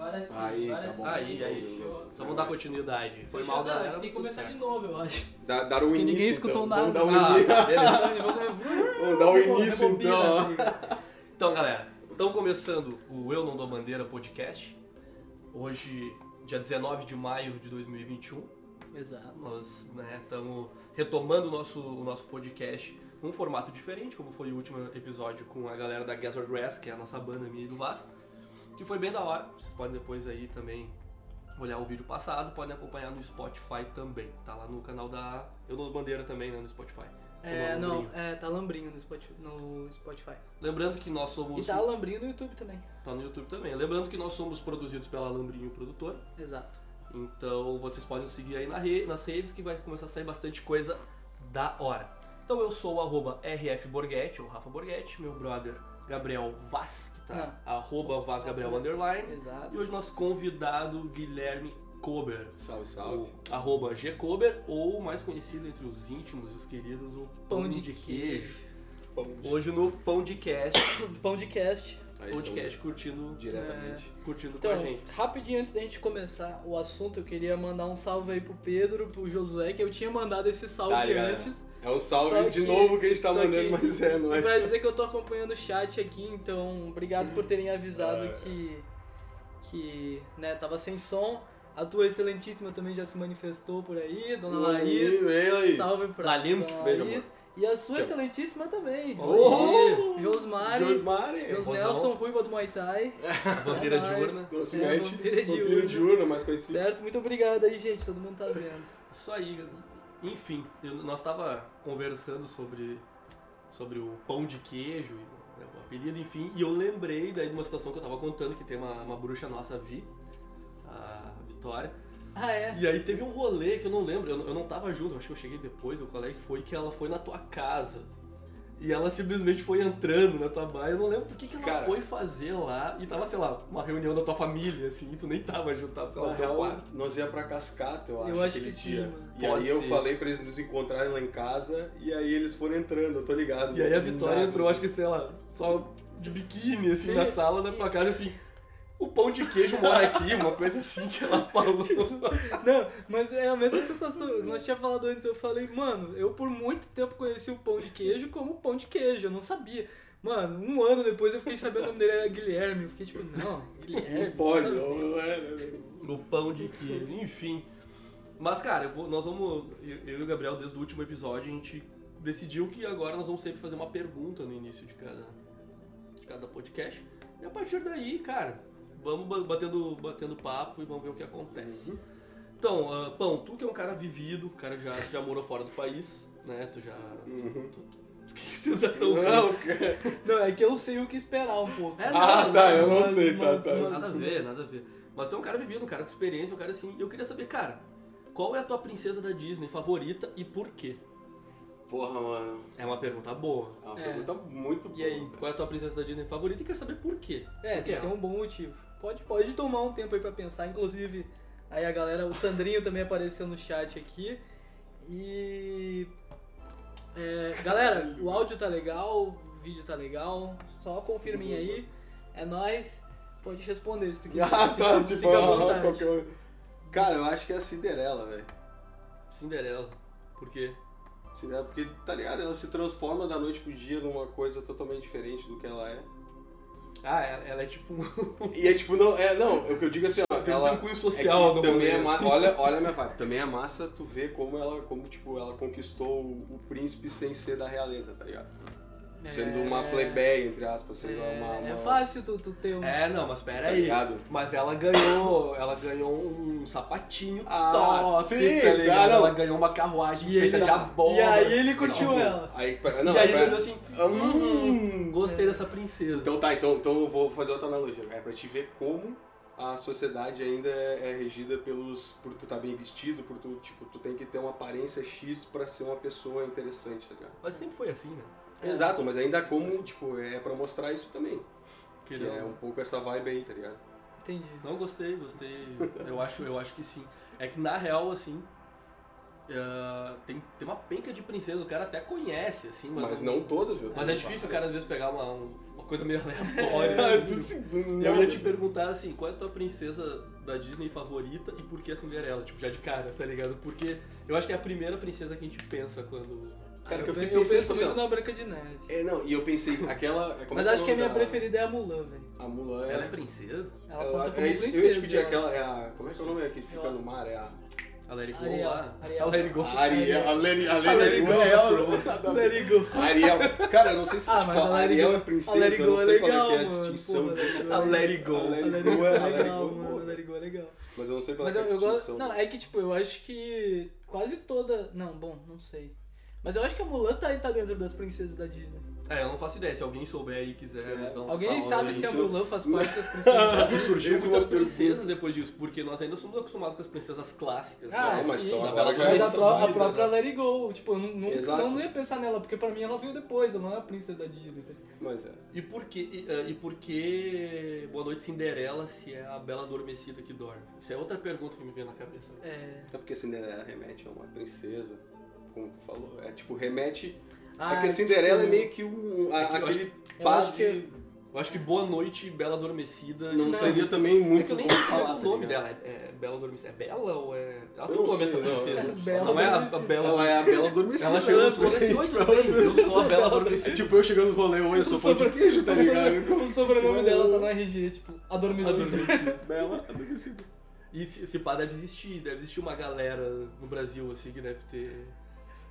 Olha assim, Aí, olha tá assim. bom. Aí, aí. Só vou dar continuidade. Foi Deixa- mal, não, a galera. gente tem que tudo começar certo. de novo, eu acho. Dá, dar o Porque início. ninguém escutou então. nada. Vamos dar o Ah, início. beleza. Vamos dar o início então. Então, galera, estamos começando o Eu Não Dou Bandeira podcast. Hoje, dia 19 de maio de 2021. Exato. Nós estamos retomando o nosso, o nosso podcast num formato diferente, como foi o último episódio com a galera da Guess or Grass, que é a nossa banda minha e do Vasco, que foi bem da hora. Vocês podem depois aí também olhar o vídeo passado, podem acompanhar no Spotify também. Tá lá no canal da Eu Dou Bandeira também, né, no Spotify. É, um Ou no não, Lambrinho. é, tá lambrinho no Spotify. No Spotify. Lembrando que nós somos... E assim? tá lambrinho no YouTube também. Tá no YouTube também. Lembrando que nós somos produzidos pela Lambrinho Produtora, Exato. então vocês podem nos seguir aí na re- nas redes que vai começar a sair bastante coisa da hora. Então eu sou o arroba rfborghetti, ou Rafa Borghetti, meu brother Gabriel Vaz, que tá arroba vasgabriel underline. Exato. E hoje nosso convidado Guilherme Kober, Salve, ou salve. arroba gkober, ou mais conhecido entre os íntimos e os queridos, o Pão, de, queijo. Hoje no Pão de Cast, Pão de cast. Aí podcast estamos curtindo, Diretamente. curtindo Então, com a gente. rapidinho antes da gente começar o assunto, eu queria mandar um salve aí pro Pedro, pro Josué, que eu tinha mandado esse salve Tá ligado. antes. É o salve Só de que- novo que a gente tá só mandando, que- mas é E nóis. pra dizer que eu tô acompanhando o chat aqui, então obrigado por terem avisado que, que né, tava sem som. A tua excelentíssima também já se manifestou por aí, Dona Laís. Ei, Laís. Salve pra Da Limps, Dona beijo, Laís. E a sua Tchau. excelentíssima também. Oh! Aí, Josmari. Josmari. Jos Rosão. Nelson Ruiva do Muay Thai. A vampira É de nóis. urna. Nosso É, match. vampira de Vampira urna. de urna, mais conhecido. Certo? Muito obrigado aí, gente. Todo mundo tá vendo. Isso aí, galera. Enfim, eu- nós tava conversando sobre, sobre o pão de queijo, e né, o apelido, enfim, e eu lembrei daí de uma situação que eu tava contando, que tem uma, uma bruxa nossa, a Vi, a Vitória, Ah, é? e aí teve um rolê que eu não lembro, eu, não- eu não tava junto, eu acho que eu cheguei depois, o colega que foi, que ela foi na tua casa. E ela simplesmente foi entrando na tua baia, eu não lembro por que, que ela Cara. foi fazer lá, e tava, sei lá, uma reunião da tua família, assim, e tu nem tava junto, tava, sei lá, Na no teu real, quarto. nós ia pra Cascata, eu acho. Eu acho aquele que sim, dia. mano. E Pode aí eu ser. falei pra eles nos encontrarem lá em casa, e aí eles foram entrando, eu tô ligado. né? E aí a Do Vitória nada. entrou, acho que sei lá, só de biquíni, assim, Sim. na sala da tua casa, assim. O pão de queijo mora aqui, uma coisa assim que ela falou. Não, mas é a mesma sensação. Nós tínhamos falado antes, eu falei, mano, eu por muito tempo conheci o pão de queijo como pão de queijo, eu não sabia. Mano, um ano depois eu fiquei sabendo o nome dele era Guilherme. Eu fiquei tipo, não, Um Guilherme. Não pode, nada a ver. não, não é, não O pão de queijo, enfim. Mas, cara, eu vou- nós vamos. Eu, eu e o Gabriel, desde o último episódio, a gente decidiu que agora nós vamos sempre fazer uma pergunta no início de cada, de cada podcast. E a partir daí, cara, vamos ba- batendo, batendo papo e vamos ver o que acontece. Uhum. Então, ah, Pão, tu que é um cara vivido, um cara que já, já morou fora do país, né? Tu já. Uhum. tu- tu- O que vocês já estão é. Não, cara. Não, é que eu sei o que esperar um pouco. É, Ah, não, tá, não, eu não mas- sei, tá, mas- tá. mas- Nada a ver, nada a ver. Mas tu é um cara vivido, um cara com experiência, um cara assim. E eu queria saber, cara, qual é a tua princesa da Disney favorita e por quê? Porra, mano. É uma pergunta boa. É uma É. pergunta muito boa. E aí? Qual é a tua princesa da Disney favorita e quero saber por quê? É, Por quê? tem, tem um bom motivo. Pode, pode tomar um tempo aí pra pensar, inclusive. Aí a galera, o Sandrinho também apareceu no chat aqui. E. é, galera, o áudio tá legal, o vídeo tá legal. Só confirmem aí. É nóis. Pode responder se tu quiser. Ah, tá, Fica- tipo, fica à ah, vontade. qualquer um. Cara, eu acho que é a Cinderela, velho. Cinderela. Por quê? Cinderela, porque, tá ligado? Ela se transforma da noite pro dia numa coisa totalmente diferente do que ela é. Ah, ela, ela é tipo um. E é tipo, não, é, não, é o que eu digo assim, ó. Tem, ela, tem um cunho social é que no também é rolê, ma- assim. olha, olha a minha vibe. Também é massa tu ver como ela, como, tipo, ela conquistou o, o príncipe sem ser da realeza, tá ligado? Sendo uma É, plebeia, entre aspas, É, sendo uma, uma. é fácil tu, tu ter um. É, não, mas pera Tá aí. ligado? Mas ela ganhou, ela ganhou um sapatinho Ah, top, sim, tá ligado? ah, não. ela ganhou uma carruagem E feita ele- de abóbora. e aí ele curtiu Não. ela. Então, Aí, não, e aí é ele pra- olhou assim, hum, Hum. gostei dessa princesa. Então tá, então, então eu vou fazer outra analogia. É pra te ver como a sociedade ainda é é regida pelos. por tu tá bem vestido, por tu, tipo, tu tem que ter uma aparência X pra ser uma pessoa interessante, tá ligado? Mas sempre foi assim, né? É. Exato, mas ainda como, tipo, é pra mostrar isso também. Que Que não. é um pouco essa vibe aí, tá ligado? Entendi. Não, gostei, gostei. Eu acho, eu acho que sim. É que na real, assim, ah, tem, tem uma penca de princesa, o cara até conhece, assim, mas. Mas não todas, viu? mas é difícil o cara às vezes pegar uma, um- uma coisa meio aleatória. Ah, assim. tudo se- do Eu nada. ia te perguntar assim, qual é a tua princesa da Disney favorita e por que a Cinderela? Tipo, já de cara, tá ligado? Porque eu acho que é a primeira princesa que a gente pensa quando. Cara, que eu eu, fiquei pe- eu pensando penso assim, ó. muito na Branca de Neve. É, não, e eu pensei, aquela. como Mas é acho que é a minha da- preferida é a Mulan, velho. A Mulan Ela é princesa? Ela ela- conta como é isso, princesa. eu ia te pedir eu aquela. acho. É a, como é que é o nome? É que fica Eu- no mar? É a. A é Let It Go Ariel, lá. Ariel. A Let It Go. A Ariel. A Lenny. A Let it Lenny. go, Let it go. tá Ariel. Cara, eu não sei se Ah, tipo, mas a a Let It Ariel Go- é princesa, a Let It eu não Go é sei qual é, que é legal, a mano, distinção. porra, Let It Go. A Let It A A Let It Go. Let Go, it go é a Let It legal, Go, mano. pô. A Let it go é legal. Mas eu não sei qual Mas é eu, a eu gosto. distinção. Não, é que tipo, eu acho que quase toda. Não, bom, não sei. Mas eu acho que a Mulan tá, tá dentro das princesas da Disney. É, eu não faço ideia. Se alguém souber aí e quiser É. dar um Alguém salve sabe aí, se a gente, eu- Mulan faz parte das princesas da Disney? Surgiu Esse é muitas uma pergunta. princesas depois disso, porque nós ainda somos acostumados com as princesas clássicas. Ah, né? Não, mas sim. só Na agora Bela já Mas é a, pró- a decidida, própria né? Let It Go, tipo, eu não, nunca- Exato. não ia pensar nela, porque pra mim ela veio depois, ela não é a princesa da Disney. Mas é. E por que, e, ah, e por que Boa Noite Cinderela se é a bela adormecida que dorme? Isso é outra pergunta que me veio na cabeça. É. Até porque Cinderela remete a uma princesa, como tu falou. É tipo, remete. Ah, é que a Cinderela tipo, é meio que um. a- É que eu aquele eu passo acho que- de. Eu acho que Boa Noite Bela Adormecida Não, Não, seria também É muito que eu nem bom sei falar, qual é o nome tá ligado? dela. É, é Bela Adormecida. É Bela ou é. Ela Eu tem não um nome essa sei, não. princesa. Bela não é a- a, Adormecida. Bela. Ela é a Bela Adormecida. Ela chegou nos né? rolês hoje também. Eu sou a Bela Adormecida. Tipo, eu chegando no rolê, oi, eu sou pão de queijo, tá ligado? O sobrenome dela tá no RG, tipo, adormecido. Bela Adormecida. E se, se pá, deve existir. Deve existir uma galera no Brasil, assim, que deve ter.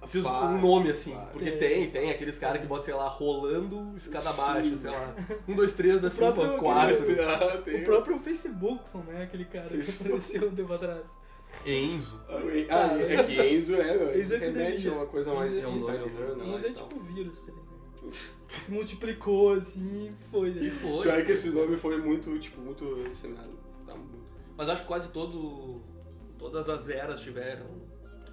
esses- Vai, um nome assim, vai. porque É. tem, tem aqueles caras que botam, sei lá, rolando escada Sim. abaixo, sei lá. Um, dois, três, da próprio- cinco, quatro. Ah, tem- O próprio Facebook, né? Aquele cara que Facebook. apareceu um tempo atrás. Enzo. Ah, é que Enzo é, meu. Enzo é remete epidemia. a uma coisa mais né, Enzo é italiana. lá Enzo é e tal. tipo vírus, tá ligado? Se multiplicou assim e foi. E Né? foi. Pior que esse nome foi muito, tipo, muito. sei lá, Tá muito. Mas acho que quase todo. Todas as eras tiveram.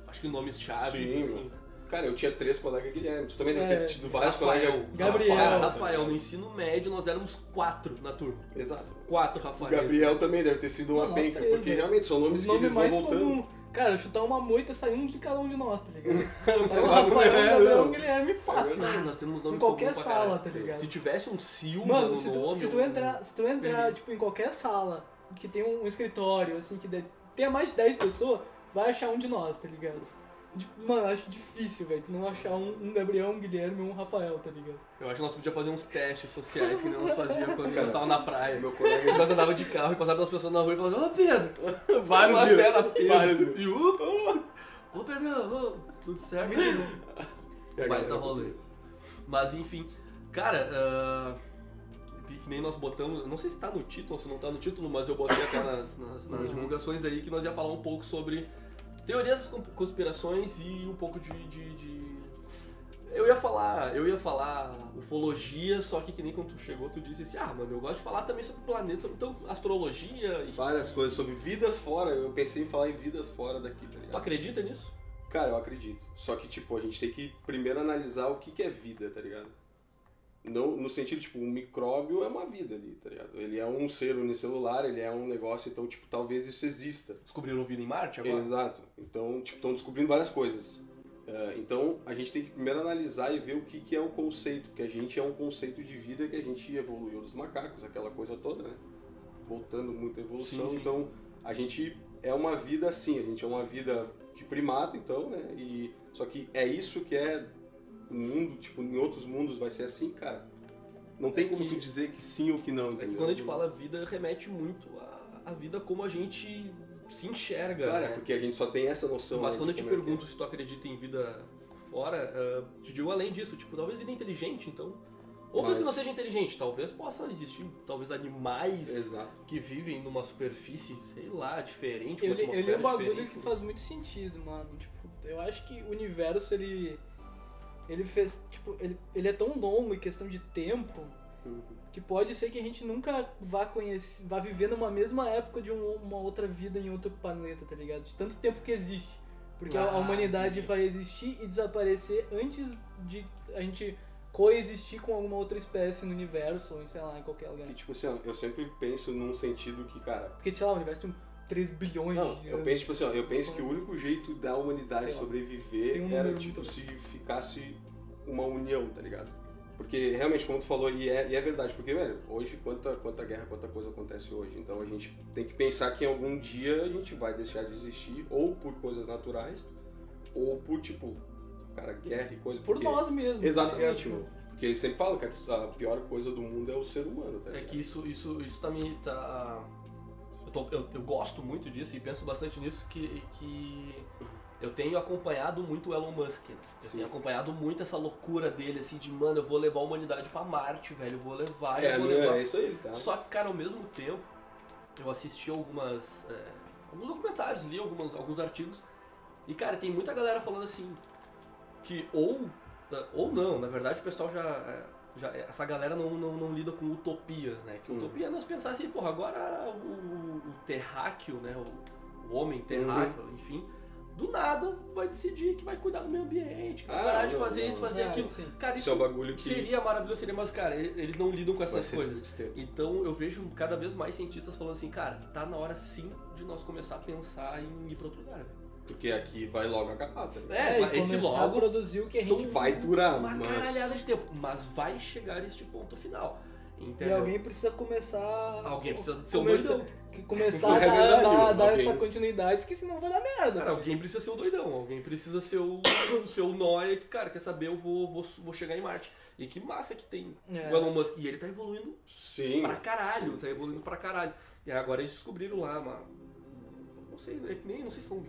Acho que nomes chaves, Sim, assim. Cara, eu tinha três colegas Guilherme. Tu também deve É, ter tido vários Rafael. colegas. Gabriel. Rafael, tá Rafael, ligado? no ensino médio nós éramos quatro na turma. Exato. Quatro O Rafael. Gabriel também deve ter sido Ah, uma nós penca, três, porque né? realmente são nomes Os que nomes eles vão mais voltando. comuns. Cara, chutar uma moita sai um de cada um de nós, tá ligado? Sai o Não, Rafael, não é, o Gabriel, não. É o Guilherme fácil. Mas nós temos nome Em qualquer comum pra sala, caralho. tá ligado? Se tivesse um Silva né? Mano, no se tu, nome. se tu um- né? entrar, se tu entrar Uhum. tipo, em qualquer sala que tem um, um escritório, assim, que deve- tenha mais de 10 pessoas, vai achar um de nós, tá ligado? Tipo, Mano, acho difícil, velho, tu não achar um, um Gabriel, um Guilherme um Rafael, tá ligado? Eu acho que nós podíamos fazer uns testes sociais que nem nós fazíamos quando nós estávamos na praia. Meu colega. Nós andava de carro e passava pelas pessoas na rua e falava, ô Pedro! Vários Uma viram. cena, Pedro. Vários viram. E oh! o. Ô Pedro, ô, tudo certo? E a Baita galera? rolê. Mas enfim, cara, ah, que, que nem nós botamos, eu não sei se tá no título ou se não tá no título, mas eu botei até nas, nas- nas divulgações aí que nós ia falar um pouco sobre teorias das comp- conspirações e um pouco de. de- de- Eu ia falar, eu ia falar ufologia, só que que nem quando tu chegou, tu disse assim, ah, mano, eu gosto de falar também sobre planetas, sobre então, astrologia e. Várias coisas sobre vidas fora. Eu pensei em falar em vidas fora daqui, tá Tu ligado? acredita nisso? Cara, eu acredito. Só que, tipo, a gente tem que primeiro analisar o que, que é vida, tá ligado? Não, no sentido, tipo, um micróbio é uma vida ali, tá ligado? Ele é um ser unicelular, ele é um negócio, então, tipo, talvez isso exista. Descobriram vida em Marte agora? Exato. Então, tipo, estão descobrindo várias coisas. Eh, então, a gente tem que primeiro analisar e ver o que, que é o conceito, porque a gente é um conceito de vida que a gente evoluiu dos macacos, aquela coisa toda, né? Voltando muito à evolução. Sim, sim, então, a gente é uma vida assim, a gente é uma vida de primata, então, né? E, só que é isso que é o mundo, tipo, em outros mundos vai ser assim, cara. Não tem É como que- tu dizer que sim ou que não, É que entendeu? quando a gente fala vida, remete muito à, à vida como a gente se enxerga. Cara, né? porque a gente só tem essa noção. Mas né, quando eu de te como é que é. pergunto se tu acredita em vida fora, ah, te digo além disso, tipo, talvez vida inteligente, então. Ou Mas- mesmo que não seja inteligente, talvez possa existir, talvez animais Exato. que vivem numa superfície, sei lá, diferente, Eu uma li, eu li é Tipo, atmosfera um bagulho diferente, que né? faz muito sentido, mano. Tipo, eu acho que o universo, ele. Ele fez. Tipo, ele, ele é tão longo em questão de tempo que pode ser que a gente nunca vá conhecer. vá viver numa mesma época de um- uma outra vida em outro planeta, tá ligado? De tanto tempo que existe. Porque a- a Ah, humanidade entendi. vai existir e desaparecer antes de a gente coexistir com alguma outra espécie no universo ou em, sei lá, em qualquer lugar. Que, tipo assim, ó, eu sempre penso num sentido que, cara, Porque, sei lá, o universo tem 3 bilhões Não, de eu anos. penso, tipo assim, ó, eu penso que o único jeito da humanidade Sei lá. sobreviver Tem um era, número tipo, muito- se ficasse uma união, tá ligado? Porque, realmente, como tu falou, e é, e é verdade, porque, velho, hoje, quanta, quanta guerra, quanta coisa acontece hoje, então a gente tem que pensar que em algum dia a gente vai deixar de existir, ou por coisas naturais, ou por, tipo, cara, guerra e coisa... Por porque- nós mesmos. tá assim, Exatamente, ligado? mano. Porque eles sempre falam que a a pior coisa do mundo é o ser humano, tá É ligado? que isso, isso, isso tá me. Tá... Eu, tô- eu- eu gosto muito disso e penso bastante nisso que, que eu tenho acompanhado muito o Elon Musk. né? Eu Sim. tenho acompanhado muito essa loucura dele, assim, de mano, eu vou levar a humanidade pra Marte, velho, eu vou levar, É, eu vou não, levar. é isso aí, tá? Só que, cara, ao mesmo tempo, eu assisti algumas. é, alguns documentários, li algumas, alguns artigos, e, cara, tem muita galera falando assim, que ou. é, Ou não, na verdade o pessoal já. é, já essa galera não, não, não lida com utopias, né? Que Hum. utopia é nós pensar assim, porra, agora o, o- o terráqueo, né? O, o homem terráqueo, Uhum. enfim, do nada vai decidir que vai cuidar do meio ambiente, que vai Ah, parar de não, fazer não, isso, fazer não. aquilo. Ah, sim. Cara, Isso é um isso bagulho que... seria maravilhoso, seria, mas, cara, e- eles não lidam com vai essas ser coisas. muito tempo. Então eu vejo cada vez mais cientistas falando assim, cara, tá na hora sim de nós começar a pensar em ir pra outro lugar. velho. Porque aqui vai logo acabar, tá ligado? É, mas e esse começar a logo um produzir o que a são gente... Vai durar, uma caralhada mas... de tempo, mas vai chegar este ponto final. E Entendeu? alguém precisa começar... Alguém precisa ser um começar, doidão. que começar É a dar, verdade, dar- mano, dar alguém- essa continuidade, que senão vai dar merda. Cara, alguém precisa ser o doidão, alguém precisa ser o, o seu nóia que, cara, quer saber, eu vou, vou, vou chegar em Marte. E que massa que tem É. o Elon Musk. E ele tá evoluindo Sim. pra caralho, Sim, tá evoluindo pra caralho. E agora eles descobriram lá, uma, não sei, é que nem, não sei se são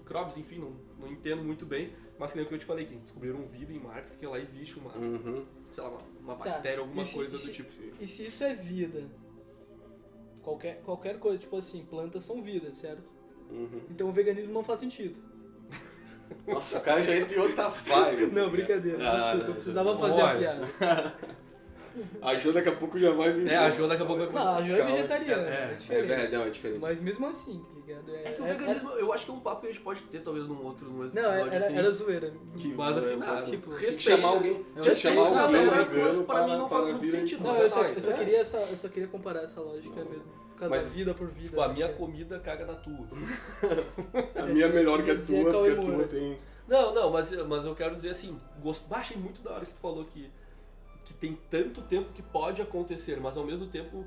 micróbios, enfim, não, não entendo muito bem, mas que nem o que eu te falei, que eles descobriram vida em Marte, porque lá existe uma, Uhum. sei lá, uma, uma Tá. bactéria, alguma E se- coisa e do se- tipo. E se isso é vida? Qualquer, qualquer coisa, tipo assim, plantas são vida, certo? Uhum. Então o veganismo não faz sentido. Nossa, o cara já entra em outra vibe. Não, brincadeira, Ah, desculpa, não, eu precisava não. fazer a Olha. piada. A Jo daqui a pouco já vai vir. É, a Jo daqui a pouco vai Não, a Jo é Calma, vegetariana, é, é, é É, diferente. verdade, não, é diferente. Mas mesmo assim, tá ligado? É que o veganismo, eu acho que é um papo que a gente pode ter, talvez, num outro, num outro Não, episódio, era, assim. era zoeira. Que mas assim, é, nada, pô, tipo, tinha que respeito. chamar alguém. Eu Tinha que chamar respeito, alguém nada, vegano mas é pra mim não faz muito vir sentido, aqui. Não, eu só, é eu só nóis. queria essa, eu só queria comparar essa lógica mesmo. Por causa Mas- da vida por vida. Tipo, a minha né? comida caga na tua. A minha é melhor que a Dizer tua, porque a Cauê Moura. tua tem... Não, não, mas, mas eu quero dizer assim, gost... bah, achei muito da hora que tu falou que, que tem tanto tempo que pode acontecer, mas ao mesmo tempo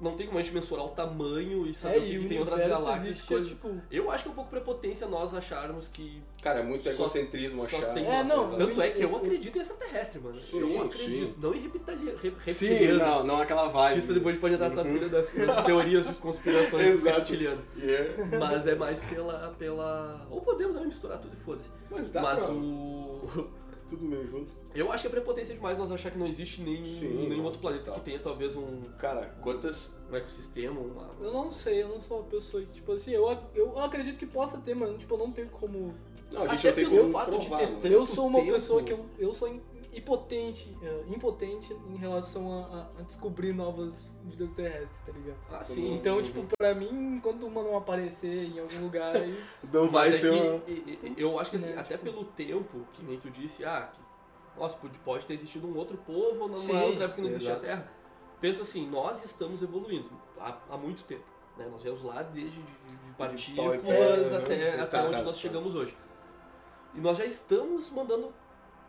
não tem como a gente mensurar o tamanho e saber É, o que, e que o tem outras universo galáxias e existe, coisas. tipo... Eu acho que é um pouco prepotência nós acharmos que. Cara, é muito Só- egocentrismo só achar. tem- É, não, Tanto é que eu o- acredito em extraterrestre, mano. Sim, eu acredito. sim. Não em reptilia- re- Sim, reptilianos. não, não aquela vibe. Isso depois a gente pode entrar nessa pilha das, das teorias de conspirações dos Exato. reptilianos. Yeah. Mas é mais pela. pela... Ou podemos né, misturar tudo e foda-se. Mas dá Mas pra... o. Tudo meio junto. Eu acho que é prepotência demais nós achar que não existe nenhum, Sim, nenhum não. Tá. outro planeta que tenha talvez um, Cara, quantas... um ecossistema, uma. Eu não sei, eu não sou uma pessoa que, tipo assim, eu, ac- eu acredito que possa ter, mas tipo, eu não tenho como. Não, a gente Até não tem é pelo como fato de provar, ter mano. Eu sou uma Tempo. pessoa que eu, eu sou im- impotente, é, impotente em relação a, a- a descobrir novas vidas terrestres, tá ligado? Ah, sim. Então, Uhum. tipo, pra mim, enquanto uma não aparecer em algum lugar aí. Não vai mas é ser que, uma... e- e- Eu acho que assim, Né, até tipo- pelo tempo, que nem tu disse, ah, que, nossa, pode, pode ter existido um outro povo numa Sim, outra época que não existia a exato. Terra. Pensa assim, nós estamos evoluindo há, há muito tempo. Né? Nós viemos lá desde de, de pau e partículas pedra, até, né? até Tá, onde tá, nós tá. chegamos hoje. E nós já estamos mandando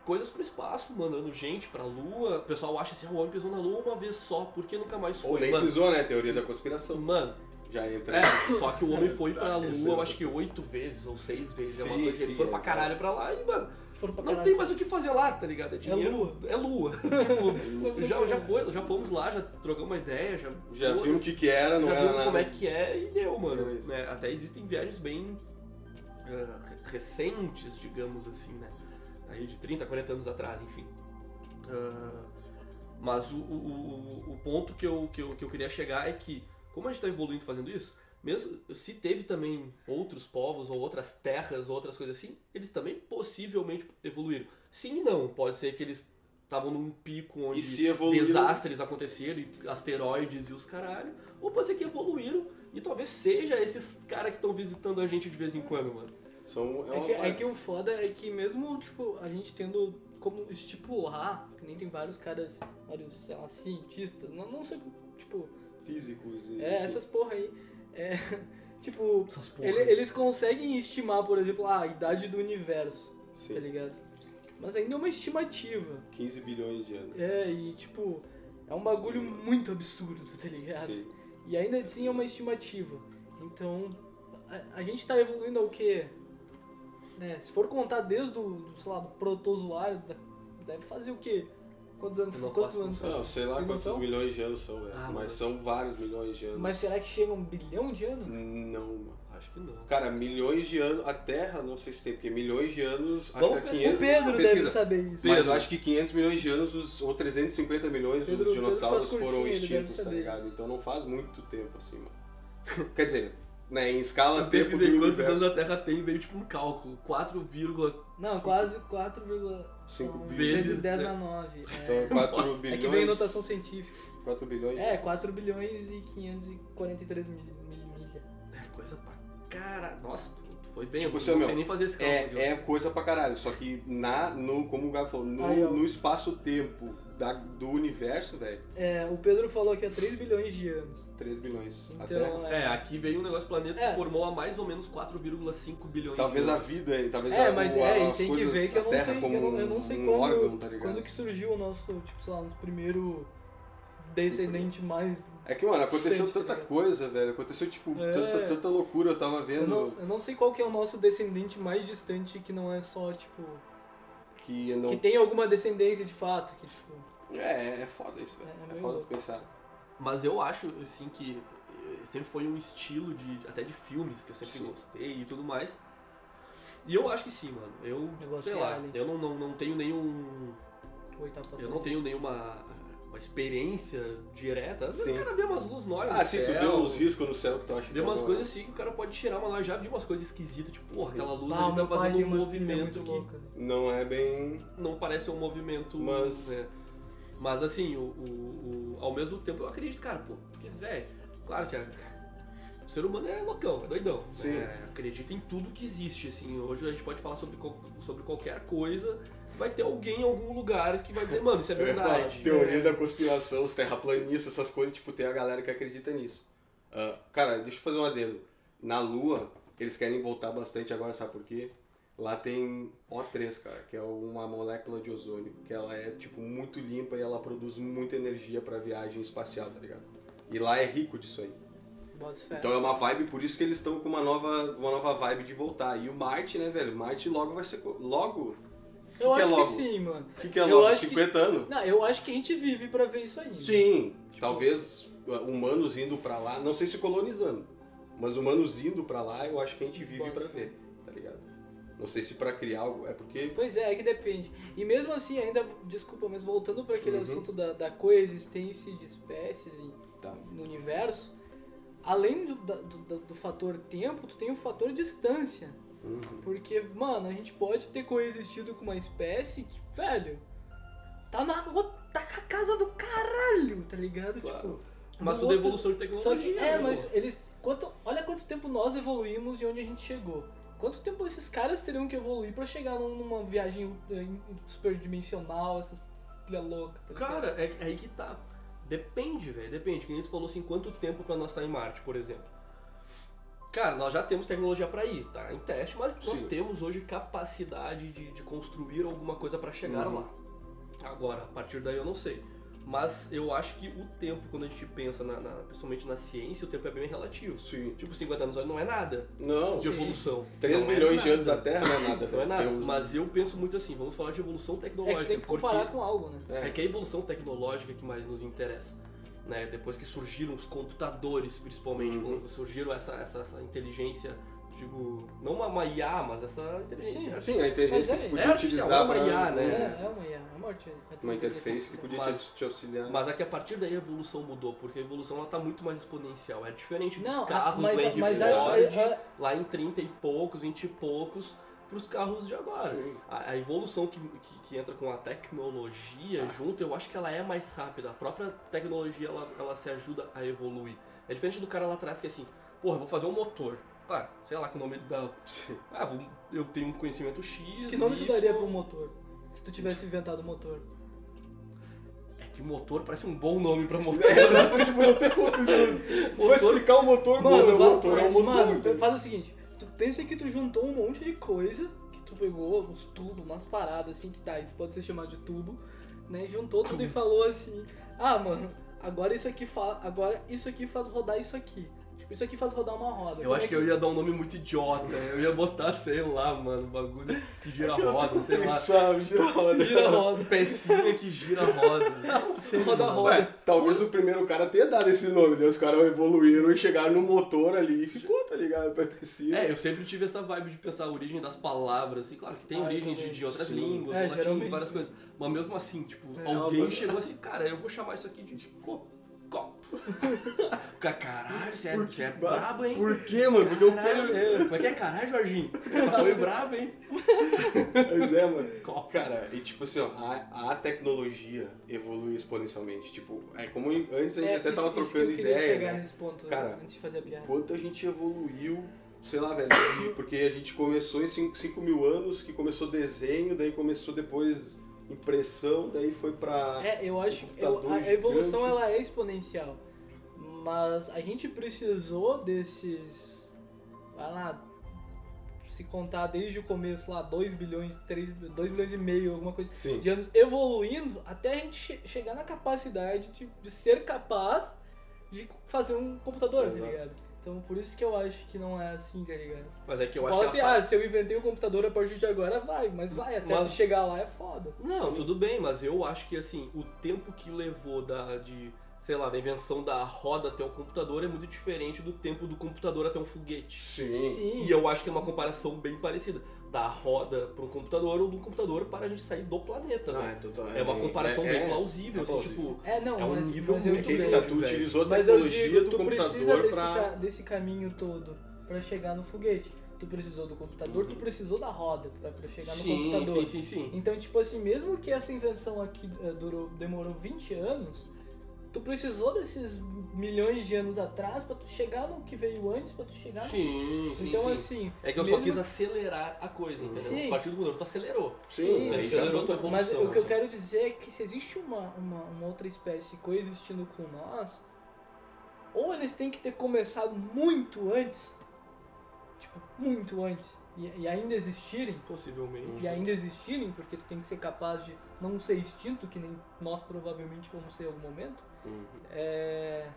coisas pro espaço, mandando gente pra Lua. O pessoal acha assim, ah, o homem pisou na Lua uma vez só, por que nunca mais foi? Ou nem mano, pisou, né? Teoria da conspiração. mano, Já entra. é, só que o homem foi Tá, pra lua, esse eu é acho que oito vezes ou seis vezes. é uma Sim, coisa que eles sim, foram é pra verdade. caralho pra lá e, mano, Foram pra não caralho. tem mais o que fazer lá, tá ligado? É dinheiro. lua. É lua. tipo, já, já, foi, já fomos lá, já trocamos uma ideia, já. Já foda-se, vimos o que que era, não já era vimos nada. como é que é e deu, mano. Deu isso. né? Até existem viagens bem eh, re- recentes, digamos assim, né? Aí de 30, 40 anos atrás, enfim. Ah, mas o, o- o- o ponto que eu, que, eu, que eu queria chegar é que, como a gente está evoluindo fazendo isso, mesmo se teve também outros povos ou outras terras ou outras coisas assim, eles também possivelmente evoluíram. Sim e não, pode ser que eles estavam num pico onde E se evoluíram- desastres aconteceram, e asteroides e os caralho, ou pode ser que evoluíram e talvez seja esses caras que estão visitando a gente de vez em quando, mano. São, é, É que, uma- é que o foda é que mesmo, tipo, a gente tendo como estipular, que nem tem vários caras, vários, sei lá, cientistas, não, não sei, tipo, físicos e. é, essas porra aí, é, Tipo, Essas porra. ele- eles conseguem estimar, por exemplo, a idade do universo, tá Sim, ligado? Mas ainda é uma estimativa. 15 bilhões de anos. É, e tipo, é um bagulho muito absurdo, tá ligado? Sim. E ainda assim é uma estimativa. Então, a, a gente tá evoluindo ao quê? Né, se for contar desde o, do, sei lá, do protozoário, da- deve fazer o quê? Quantos anos? Eu não Quantos faço anos noção. faz? Não, sei lá Tem quantos noção? milhões de anos são, velho. Ah, mano. mas são vários milhões de anos. Mas será que chega a um bilhão de anos? Não, mano. Acho que não. Cara, milhões de anos. A Terra, não sei se tem, porque milhões de anos. Vamos acho que é 500. pensar. né? O Pedro pesquisa. deve saber isso. Mas eu acho que 500 milhões de anos, os, ou 350 milhões, Pedro- os Pedro dinossauros faz cursinho, foram ele deve extintos, tá saber ligado? isso. Então não faz muito tempo assim, mano. Quer dizer, né, em escala Eu tempo pesquisei do quantos universo. anos a Terra tem veio tipo um cálculo. 4, Não, quase 4,5 Cinco bilhões, vezes 10 né? na 9. Então é É, 4 Nossa, é é bilhões. que vem notação científica. 4 bilhões. É, 4 bilhões e 543 mil, mil, milha. É coisa pra caralho. Nossa, tu, tu foi bem. Tipo, eu seu não meu, sei nem fazer esse cálculo. É, é coisa pra caralho, só que na, no, como o Gabo falou, no, Aí, ó. no espaço-tempo da- do universo, velho, É, o Pedro falou que é 3 bilhões de anos. 3 bilhões. a Terra. Então, É, aqui veio um negócio planeta que É. se formou há mais ou menos 4,5 bilhões Talvez de a anos. vida, hein, talvez É, a, mas o, é, e as tem que coisas, ver que eu a não Terra sei, como eu não, eu não sei um quando, órgão, tá ligado? quando que surgiu o nosso, tipo, sei lá, nosso primeiro descendente mais. É que, mano, aconteceu Distante, tanta né? coisa, velho. Aconteceu, tipo, É. tanta, tanta loucura. Eu tava Eu vendo não, eu não sei qual que é o nosso descendente mais distante que não é só, tipo. que eu não. Que tem alguma descendência de fato, que, tipo. É, é foda isso, velho. É, é É, meio foda tu louco. pensar. Mas eu acho, assim, que eh, sempre foi um estilo de. até de filmes que eu sempre Sim. gostei e tudo mais. E eu acho que sim, mano. Eu, Negócio sei de lá, Alien. eu não, não, não tenho nenhum. o Oitavo Eu passageiro. não tenho nenhuma uma experiência direta. Às vezes Sim. o cara vê umas luzes nóias. Ah, no sim, tu céu, vê uns riscos no céu que tu acha que Vê é umas uma- coisas assim que o cara pode tirar, mas nós já vi umas coisas esquisitas, tipo, porra, aquela luz Bah, ali tá Ah, meu pai fazendo tem um umas filhas movimento muito que louca, né? Não é bem. não parece um movimento. Mas- né? Mas assim, o, o- o- ao mesmo tempo eu acredito, cara, pô, porque, velho, claro que a- o ser humano é loucão, é doidão. né? Sim. Acredita em tudo que existe, assim. Hoje a gente pode falar sobre, qual- sobre qualquer coisa, vai ter alguém em algum lugar que vai dizer, mano, isso é Eu ia falar, verdade. teoria da conspiração, os terraplanistas, essas coisas, tipo, tem a galera que acredita nisso. Ah, cara, deixa eu fazer um adendo. Na Lua, eles querem voltar bastante agora, sabe por quê? Lá tem O3, cara, que é uma molécula de ozônio, que ela é, tipo, muito limpa e ela produz muita energia pra viagem espacial, tá ligado? E lá é rico disso aí. Bota fé. Então é uma vibe, por isso que eles estão com uma nova, uma nova vibe de voltar. E o Marte, né, velho? Marte logo vai ser. co- Logo? eu que é acho que logo? sim, mano. O que, que é Eu logo? acho que- 50 anos? Não, eu acho que a gente vive pra ver isso ainda. Sim, Tipo, talvez uh, humanos indo pra lá, não sei se colonizando, mas humanos indo pra lá, eu acho que a gente vive Pode pra ser. ver, tá ligado? Não sei se pra criar algo, é porque Pois é, é que depende. E mesmo assim, ainda, desculpa, mas voltando para aquele Uhum. assunto da, da coexistência de espécies em- Tá. no universo, além do, da- do, do- do fator tempo, tu tem o fator distância. Uhum. Porque, mano, a gente pode ter coexistido com uma espécie que, velho, tá na rua, tá com a casa do caralho, tá ligado? Claro. Tipo, Mas no tudo é outro- evolução de só que, tecnologia. é, né, mas pô? eles. Quanto, olha quanto tempo nós evoluímos e onde a gente chegou. Quanto tempo esses caras teriam que evoluir pra chegar num- numa viagem eh, superdimensional, essa filha louca? tá ligado? Cara, é, é aí que tá. Depende, velho. Depende. Que nem tu falou assim, quanto tempo pra nós estar em Marte, por exemplo. Cara, nós já temos tecnologia pra ir, tá? Em teste, mas nós Sim. temos hoje capacidade de, de construir alguma coisa pra chegar Uhum. lá. Agora, a partir daí eu não sei. Mas eu acho que o tempo, quando a gente pensa, na, na- principalmente na ciência, o tempo é bem relativo. Sim. Tipo, 50 anos não é nada Não, de evolução. 3 Não é milhões de nada. anos da Terra não é nada, Não é velho. nada, Eu- mas eu penso muito assim, vamos falar de evolução é tecnológica. que tu tem que porque- comparar com algo, né? é que é a evolução tecnológica que mais nos interessa. Né? Depois que surgiram os computadores, principalmente, Uhum. quando surgiram essa, essa, essa inteligência, digo, não uma, uma IA, mas essa inteligência Sim, Sim, a Mas inteligência é- que tu é podia artificial, utilizar é uma pra IA, É, né? é uma, é uma, arte- é uma interface que artificial. podia Mas- te, te auxiliar. Mas aqui a partir daí a evolução mudou, porque a evolução ela tá muito mais exponencial. É diferente dos Não, carros mas, do Henry mas a- Ford, a- a- lá em 30 e poucos, 20 e poucos, pros carros de agora. Sim. A, a evolução que, que, que entra com a tecnologia junto, eu acho que ela é mais rápida. A própria tecnologia, ela, ela se ajuda a evoluir. É diferente do cara lá atrás que é assim, porra, eu vou fazer um motor. Claro, sei lá que nome ele dá. Ah, vou- eu tenho um conhecimento X. que nome tu Y. daria pro motor? Se tu tivesse inventado o motor. É Que motor parece um bom nome pra motor. É, exato, tipo, não tem quantos Vou explicar o motor, mano, Mano, o vai- motor é o faz- motor. mano, velho. faz o seguinte, tu pensa que tu juntou um monte de coisa, que tu pegou uns tubos, umas paradas assim, que tá, isso pode ser chamado de tubo, né? Juntou tudo e falou assim, ah, mano, agora isso aqui fa agora isso aqui faz rodar isso aqui. Tipo, isso aqui faz rodar uma roda. Eu Como acho é que eu ia dar um nome muito idiota. Eu ia botar, sei lá, mano, um bagulho que gira roda, sei lá. Sabe, gira a roda. gira a roda. Pecinha que gira roda. Sei Roda lá. roda. Ué, É, talvez o primeiro cara tenha dado esse nome, daí os caras evoluíram e chegaram no motor ali e ficou, tá ligado? Pra PC. É, eu sempre tive essa vibe de pensar a origem das palavras, assim, claro que tem Ah, eu origens de, também. de outras Sim. línguas, É, latim, geralmente. várias coisas. Mas mesmo assim, tipo, É, alguém óbvio. chegou assim, cara, eu vou chamar isso aqui de, de co- copo. Ca- Caralho, você é, Por você é que- brabo, hein? Por quê, mano? Porque eu Caralho, quero. é. Como é que é? Caralho, Jorginho. Você foi brabo, hein? Mas é, mano. Copo. Cara, e tipo assim, ó, a, a tecnologia evolui exponencialmente. Tipo, é como em- antes a gente É, até isso- tava isso trocando que eu queria ideia. chegar né? nesse ponto Cara, antes de fazer a piada. Quanto a gente evoluiu, sei lá, velho, de- porque a gente começou em 5 mil anos, que começou desenho, daí começou depois impressão, daí foi pra. É, eu acho que eu- a, computador a evolução gigante. ela é exponencial. Mas a gente precisou desses. Vai lá. Se contar desde o começo lá, 2 bilhões, 3, 2 bilhões e meio, alguma coisa Sim. de anos evoluindo até a gente che- chegar na capacidade de, de ser capaz de fazer um computador, tá Exato. ligado? Então por isso que eu acho que não é assim, tá ligado? Mas é que eu acho Fala que assim, ela tá- ah, se eu inventei um computador a partir de agora, vai, mas vai, até Mas- tu chegar lá é foda. Não, Sim. tudo bem, mas eu acho que assim, o tempo que levou da de, sei lá, da invenção da roda até o computador é muito diferente do tempo do computador até um foguete. Sim. E eu acho que é uma comparação bem parecida da roda para um computador ou do computador para a gente sair do planeta, Ah, né? total- É uma comparação é- bem é- plausível, é assim, plausível. tipo, É, não, É um mas, nível mas É eu muito que entendo. tá, tu velho. utilizou a Mas eu tecnologia digo, do tu precisa computador desse, pra. ca- desse caminho todo pra chegar no foguete. Tu precisou do computador, tu precisou da roda pra, pra chegar no Uhum. sim, computador. sim, sim, sim. Então, tipo assim, mesmo que essa invenção aqui eh, durou, demorou 20 anos, tu precisou desses milhões de anos atrás pra tu chegar no que veio antes, pra tu chegar no... Sim, sim, Então, sim. assim... é que eu só mesmo- quis acelerar a coisa, entendeu? Sim. A partir do momento que tu acelerou. Sim, tu aí Sim, já acelerou a tua foi- evolução. Mas o que eu assim. quero dizer é que se existe uma, uma, uma outra espécie coexistindo com nós, ou eles têm que ter começado muito antes, tipo, muito antes, e, e ainda existirem, Possivelmente. e ainda existirem, porque tu tem que ser capaz de não ser extinto, que nem nós provavelmente vamos ser em algum momento, Uhum. é,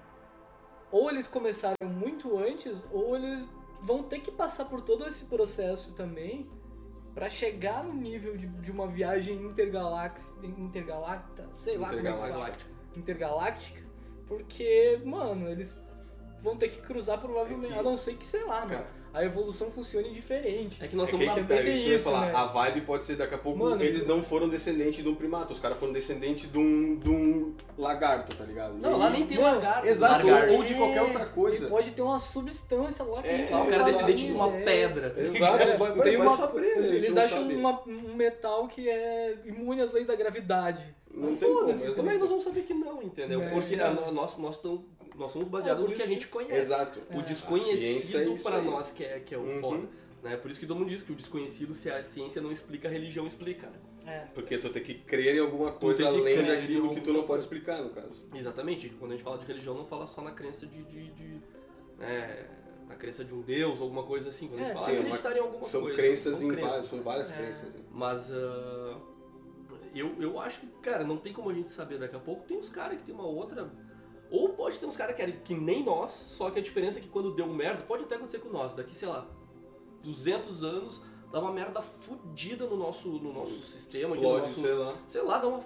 ou eles começaram muito antes, ou eles vão ter que passar por todo esse processo também pra chegar no nível de, de uma viagem intergaláctica, intergalacta, sei lá como é que fala, Galáctico. intergaláctica, porque, mano, eles vão ter que cruzar provavelmente, É que- a não ser que, sei lá, Cara, mano, a evolução funcione diferente. né? É que nós é que, estamos aí que na tá, tem isso, eu ia isso, falar, né? a vibe pode ser daqui a pouco Mano, eles eu- não foram descendentes de um primata, os caras foram descendentes de um, de um lagarto, tá ligado? E Não, aí- lá nem tem Não, lagarto. Exato, lagarto. ou de qualquer outra E coisa. pode ter uma substância lá que É, a gente Lá o não cara é fala descendente de uma ainda, é. pedra. tá Exato, É, vai, tem vai uma- saber, né? A gente Eles não acham sabe. uma- um metal que é imune às leis da gravidade. Não Mas tem como, foda-se, mas como é que nós vamos saber que não, entendeu? É, Porque é. a no- nós, nós, tão, nós somos É, baseados por no que a isso- gente conhece. É. Exato. O A ciência desconhecido é isso pra aí. nós que é, que é o Uhum. foda. Né? Por isso que todo mundo diz que o desconhecido, se a ciência não explica, a religião explica. né? É. Porque tu tem que crer em alguma coisa tem que além crer em daquilo que tu alguma não pode explicar, no caso. Exatamente. Quando a gente fala de religião, não fala só na crença de... de, de né, na crença de um deus, alguma coisa assim. Quando a É, gente sim, fala é uma- acreditar em alguma São coisa. crenças são em crenças. várias, são várias É. crenças. né? Mas ah, eu, eu acho que, cara, não tem como a gente saber daqui a pouco. Tem uns caras que tem uma outra. Ou pode ter uns caras que, era- que nem nós, só que a diferença é que quando deu merda, pode até acontecer com nós, daqui, sei lá, 200 anos, dá uma merda fodida no nosso, no nosso sistema, aqui Explode, no é nosso sei lá. sei lá, dá uma,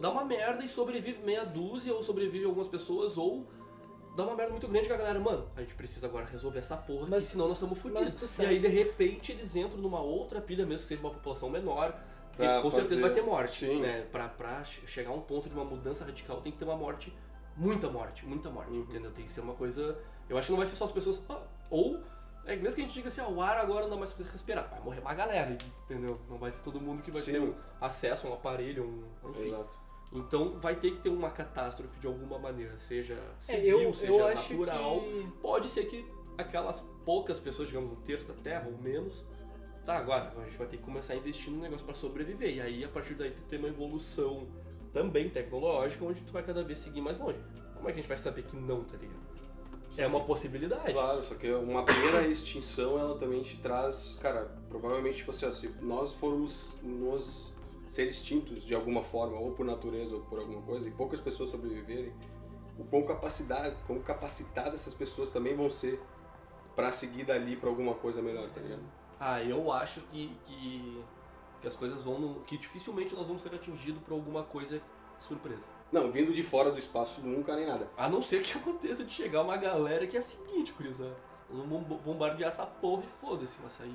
dá uma merda e sobrevive meia dúzia, ou sobrevive algumas pessoas, ou dá uma merda muito grande que a galera, mano, a gente precisa agora resolver essa porra, Mas- mas, senão nós estamos mas tu fudidos. E sabe- aí, de repente, eles entram numa outra pilha, mesmo que seja uma população menor, porque Pra com certeza fazer- vai ter morte, Sim. né? Pra, pra che- chegar a um ponto de uma mudança radical, tem que ter uma morte, muita morte, muita morte, Uhum. entendeu? Tem que ser uma coisa... Eu acho que não vai ser só as pessoas... "Ah", ou... É, mesmo que a gente diga assim, ah, o ar agora não dá mais pra respirar. Vai morrer uma galera, entendeu? Não vai ser todo mundo que vai Sim, ter um acesso a um aparelho, um, enfim. exato. Então vai ter que ter uma catástrofe de alguma maneira, seja É, civil, eu, seja eu acho natural. que. Pode ser que aquelas poucas pessoas, digamos um terço da Terra ou menos, tá agora a gente vai ter que começar a investir num negócio pra sobreviver. E aí a partir daí tu tem uma evolução também tecnológica, onde tu vai cada vez seguir mais longe. Como é que a gente vai saber que não, tá ligado? É uma possibilidade. Claro, só que uma primeira extinção, ela também te traz, cara, provavelmente, tipo assim, ó, se nós formos nos ser extintos de alguma forma, ou por natureza, ou por alguma coisa, e poucas pessoas sobreviverem, o quão capacidade, quão capacitadas essas pessoas também vão ser pra seguir dali pra alguma coisa melhor, tá ligado? Ah, eu acho que, que, que as coisas vão. no- que dificilmente nós vamos ser atingidos por alguma coisa surpresa. Não, vindo de fora do espaço nunca nem nada. A não ser que aconteça de chegar uma galera que é a seguinte, Curizão. Nós vamos bom- bombardear essa porra e foda-se, vai sair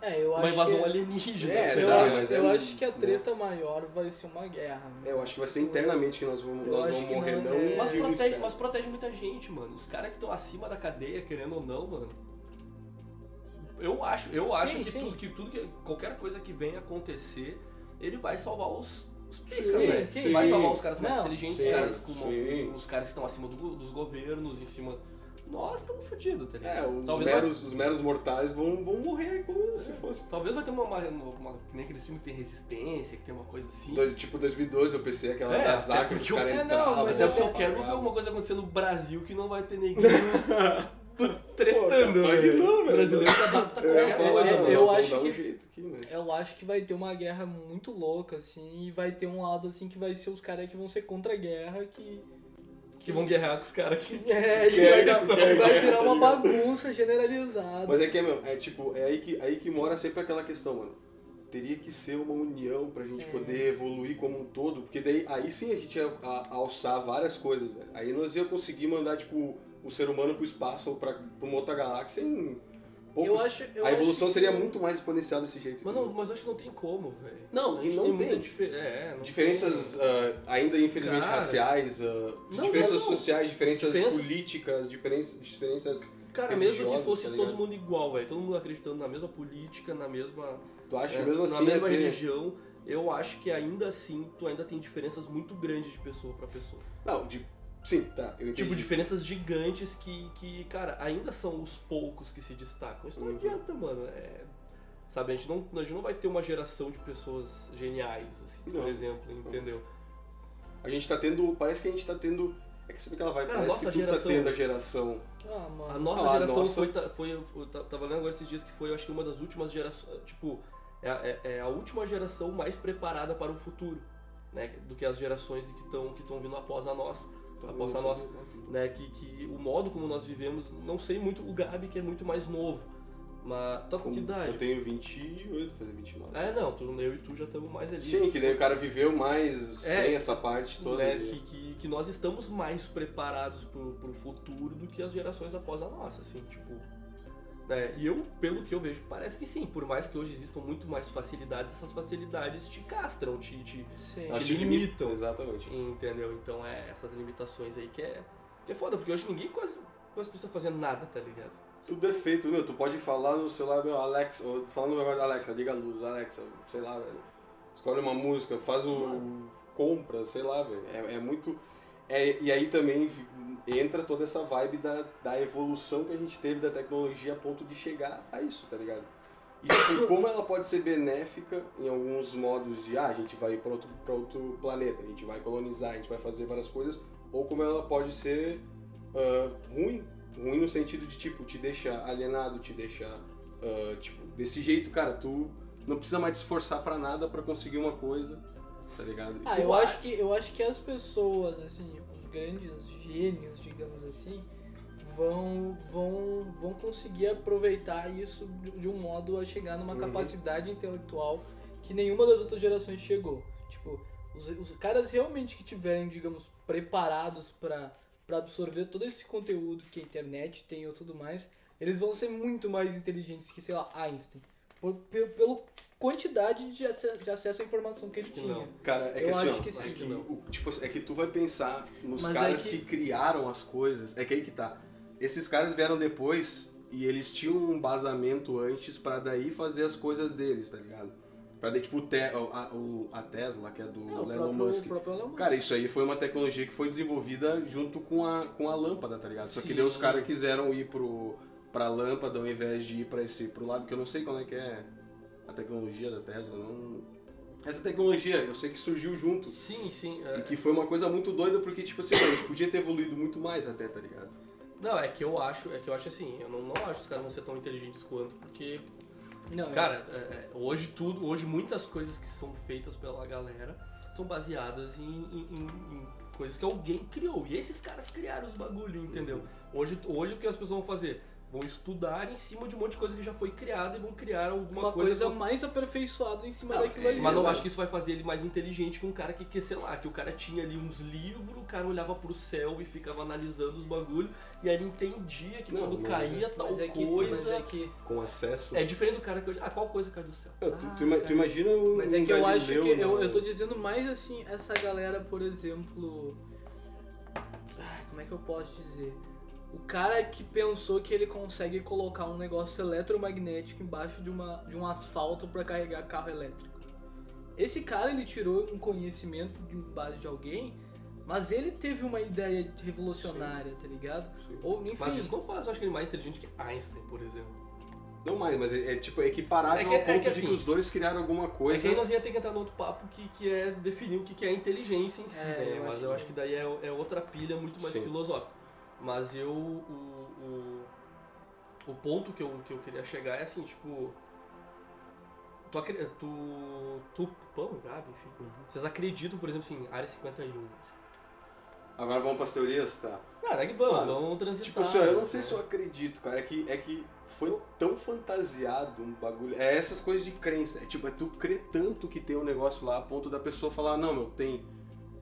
É, eu uma acho invasão que... alienígena. É, sei Eu, tá, lá. acho, mas é eu um- acho que a né? treta maior vai ser uma guerra. né? É, eu acho que vai ser internamente que nós vamos, Eu nós acho vamos que morrer, não, não. né? é. Mas de uns, protege, cara. mas protege muita gente, mano. Os caras que estão acima da cadeia, querendo ou não, mano. Eu acho, eu acho que, sim. Tudo, que tudo que. qualquer coisa que venha acontecer, ele vai salvar os, os pica, Sim, velho. sim, Vai sim. salvar os caras mais Não, inteligentes, sim, os caras com uma- sim. os caras que estão acima do- dos governos, em cima. Nós estamos fodidos, tá ligado? É, os Talvez vai- meros, os meros mortais vão, vão morrer como É. se fosse. Talvez vai ter uma, uma, uma- uma- Que nem aquele filme que tem resistência, que tem uma coisa assim. Dois- tipo 2012, eu pensei aquela É, da Zaca que até os porque caras eu- é, não, entravam. né? mas Mas é porque eu quero ver alguma coisa acontecer no Brasil que não vai ter ninguém tretando. Pô, capaz velho. É, que não, velho. O brasileiro se adapta a Eu, ia qualquer falar, coisa. eu- mano, mano. nós acho vamos dar um que- jeito aqui, né? Eu acho que vai ter uma guerra muito louca, assim, e vai ter um lado, assim, que vai ser os caras que vão ser contra a guerra, que... Que vão guerrear com os caras aqui. É, e Guerra, vai, guerra, vai guerra, virar tá uma ligado? bagunça generalizada. Mas é que é, meu, é tipo, é aí que, aí que mora sempre aquela questão, mano. Teria que ser uma união pra gente poder evoluir como um todo, porque daí aí sim a gente ia a- alçar várias coisas, velho. Aí nós ia conseguir mandar, tipo, o ser humano pro espaço ou pra, pra uma outra galáxia em poucos... eu acho, eu assim. a evolução acho que- seria muito mais exponencial desse jeito. Mas, não, mas eu acho que não tem como, velho. Não, Acho que e não muita tem. dife- é, não Diferenças tem. ah, ainda infelizmente Cara. raciais, ah, não, diferenças não. sociais, diferenças, Diferenças- políticas, diferenças, diferenças. Cara, mesmo que religiosas, fosse tá ligado? todo mundo igual, velho. Todo mundo acreditando na mesma política, na mesma. Tu acha é, que mesmo assim na mesma ia ter- religião. Eu acho que ainda assim, tu ainda tem diferenças muito grandes de pessoa pra pessoa. Não, de... sim, tá. Eu entendi. Tipo, diferenças gigantes que, que, cara, ainda são os poucos que se destacam. Isso não Uhum. adianta, mano. É, sabe, a gente, não, a gente não vai ter uma geração de pessoas geniais, assim, por Não. exemplo, entendeu? A gente tá tendo. Parece que a gente tá tendo. É que sabe aquela vibe? Cara, parece nossa que tu geração- tá tendo a geração. Ah, A mano. nossa Ah, a geração nossa. foi. ta- foi eu ta- tava lendo agora esses dias que foi, eu acho que uma das últimas gerações. Tipo, é, a- é- é a última geração mais preparada para o futuro, né? Do que as gerações que estão que tão vindo após a nossa. Tá Aposta nossa. né, que, que o modo como nós vivemos, não sei muito o Gabi, que é muito mais novo. Mas tá com que idade? Eu tenho 28, vou fazer 29. É, não, tu, eu e tu já estamos mais ali. Sim, que daí o cara viveu mais É. sem essa parte toda. né, de- que, que, que nós estamos mais preparados pro, pro futuro do que as gerações após a nossa, assim, tipo. né, e eu, pelo que eu vejo, parece que sim. Por mais que hoje existam muito mais facilidades, essas facilidades te castram, te, te- Sim. Elas te te limitam, limitam. Exatamente. Entendeu? Então é essas limitações aí que é. Que é foda, porque hoje ninguém quase, quase precisa fazer nada, tá ligado? Tudo é feito, meu. Tu pode falar no celular, meu, Alexa, ou falar no negócio da Alexa, liga a luz, Alexa, sei lá, velho. Escolhe uma música, faz o. compra, sei lá, velho. É, é muito. é- e aí também vi- entra toda essa vibe da, da evolução que a gente teve da tecnologia a ponto de chegar a isso, tá ligado? E tipo, como ela pode ser benéfica em alguns modos de, ah, a gente vai para outro, pra outro planeta, a gente vai colonizar, a gente vai fazer várias coisas, ou como ela pode ser ah, ruim. Ruim no sentido de, tipo, te deixar alienado, te deixar, ah, tipo, desse jeito, cara, tu não precisa mais te esforçar pra nada pra conseguir uma coisa, tá ligado? E Ah, tu eu acha- acho que eu acho que as pessoas, assim, os grandes gênios, digamos assim, vão vão vão conseguir aproveitar isso de de um modo a chegar numa Uhum. capacidade intelectual que nenhuma das outras gerações chegou. Tipo, os, os caras realmente que tiverem, digamos, preparados pra para absorver todo esse conteúdo que a internet tem ou tudo mais, eles vão ser muito mais inteligentes que, sei lá, Einstein. Por, pe- pela quantidade de, ace- de acesso à informação que ele Acho que tinha. não. Cara, é Eu que assim, acho ó, que é, sim. que, o- tipo, assim, é que tu vai pensar nos Mas caras é que- que... criaram as coisas. É que aí que tá. Esses caras vieram depois e eles tinham um embasamento antes pra daí fazer as coisas deles, tá ligado? Pra daí, tipo, o Te- a, o- a Tesla, que é do É, o Elon próprio, Musk. o próprio Elon Musk. Cara, isso aí foi uma tecnologia que foi desenvolvida junto com a, com a lâmpada, tá ligado? Só que daí os Sim. caras quiseram ir pro, pra lâmpada ao invés de ir pra esse, pro lado, que eu não sei como é que é a tecnologia da Tesla, não... essa tecnologia, eu sei que surgiu junto. Sim, sim. é. E que foi uma coisa muito doida, porque, tipo assim, a gente podia ter evoluído muito mais até, tá ligado? Não, é que eu acho, é que eu acho assim, eu não, não acho que os caras vão ser tão inteligentes quanto, porque Não, eu- Cara, é, é, hoje tudo, hoje muitas coisas que são feitas pela galera são baseadas em, em- em- em coisas que alguém criou. E esses caras criaram os bagulho, entendeu? Uhum. Hoje, hoje o que as pessoas vão fazer? Vão estudar em cima de um monte de coisa que já foi criada e vão criar alguma uma, coisa, com- mais aperfeiçoada em cima Não, daquilo ali. né? Mas não Exato. acho que isso vai fazer ele mais inteligente que um cara que, que, sei lá, que o cara tinha ali uns livros, o cara olhava pro céu e ficava analisando os bagulhos, e aí ele entendia que Não, quando não é. caía tal Mas é que, mas coisa. é que Com acesso. É diferente do cara que hoje. Ah, qual coisa caiu do céu? Eu- tu, tu ima- tu imagina um. Mas é um que eu acho que Galileu, eu, né? eu tô dizendo mais assim, essa galera, por exemplo. Ai, como é que eu posso dizer? O cara que pensou que ele consegue colocar um negócio eletromagnético embaixo de, uma, de um asfalto pra carregar carro elétrico. Esse cara ele tirou um conhecimento de base de alguém, mas ele teve uma ideia revolucionária, tá ligado? Sim. Ou enfim, Mas isso não faz, eu acho que ele é mais inteligente que Einstein, por exemplo. Não mais, mas é, é tipo equiparável É que- ao é ponto que de que assim- os dois criaram é alguma Mas coisa. aí nós ia ter que entrar no outro papo que, que é definir o que que é inteligência em si, É, né? eu Mas acho eu que- acho que daí é, é outra pilha muito mais Sim. filosófica. Mas eu. O, o, o ponto que eu, que eu queria chegar é assim, tipo. Tu. acre- Tu. tu pão, Gabi, enfim. Uhum. Vocês acreditam, por exemplo, assim, área 51. assim. Agora vamos pras teorias, tá? Cara, é que vamos, Mano, vamos transitar. Tipo assim, ó, eu não sei né? se eu acredito, cara. É que, é que foi tão fantasiado um bagulho. É essas coisas de crença. É tipo, é tu crer tanto que tem um negócio lá a ponto da pessoa falar, não, meu, tem.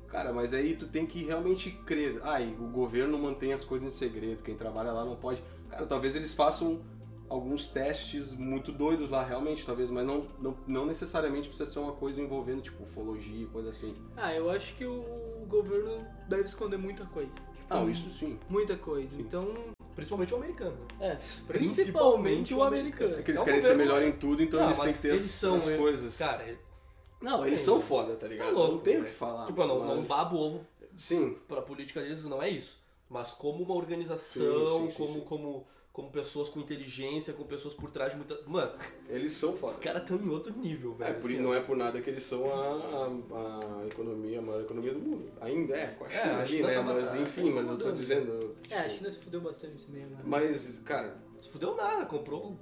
Cara, mas aí tu tem que realmente crer. Ah, e o governo mantém as coisas em segredo, quem trabalha lá não pode. Cara, talvez eles façam alguns testes muito doidos lá, realmente, talvez, mas não, não, não necessariamente precisa ser uma coisa envolvendo, tipo, ufologia e coisa assim. ah, eu acho que o governo deve esconder muita coisa. Tipo, Não, isso sim. Muita coisa. Sim. Então, Principalmente o americano. né? É, Principalmente principalmente o o americano. É americano. que eles É um querem ser governo- melhor em tudo, então Não, eles têm mas que ter as, eles são, as eu- coisas. Cara, ele- Não, É, eles são então. foda, tá ligado? Tá louco, não tem o né? que falar. tipo, eu não, não mas- babo ovo Sim, pra política deles não é isso. Mas como uma organização, Sim, sim, sim, como, sim. como como pessoas com inteligência, com pessoas por trás de muita. Mano, eles são os foda. caras estão em outro nível, velho. É, por, assim, não ó. é por nada que eles são a, a, a economia, a maior economia do mundo. Ainda é, com a É, China a ali, China né? tá mas matando, enfim, tá mas eu tô mudando. dizendo. É, a tipo, China se fudeu bastante também, né? Mas, cara, Se fudeu nada, comprou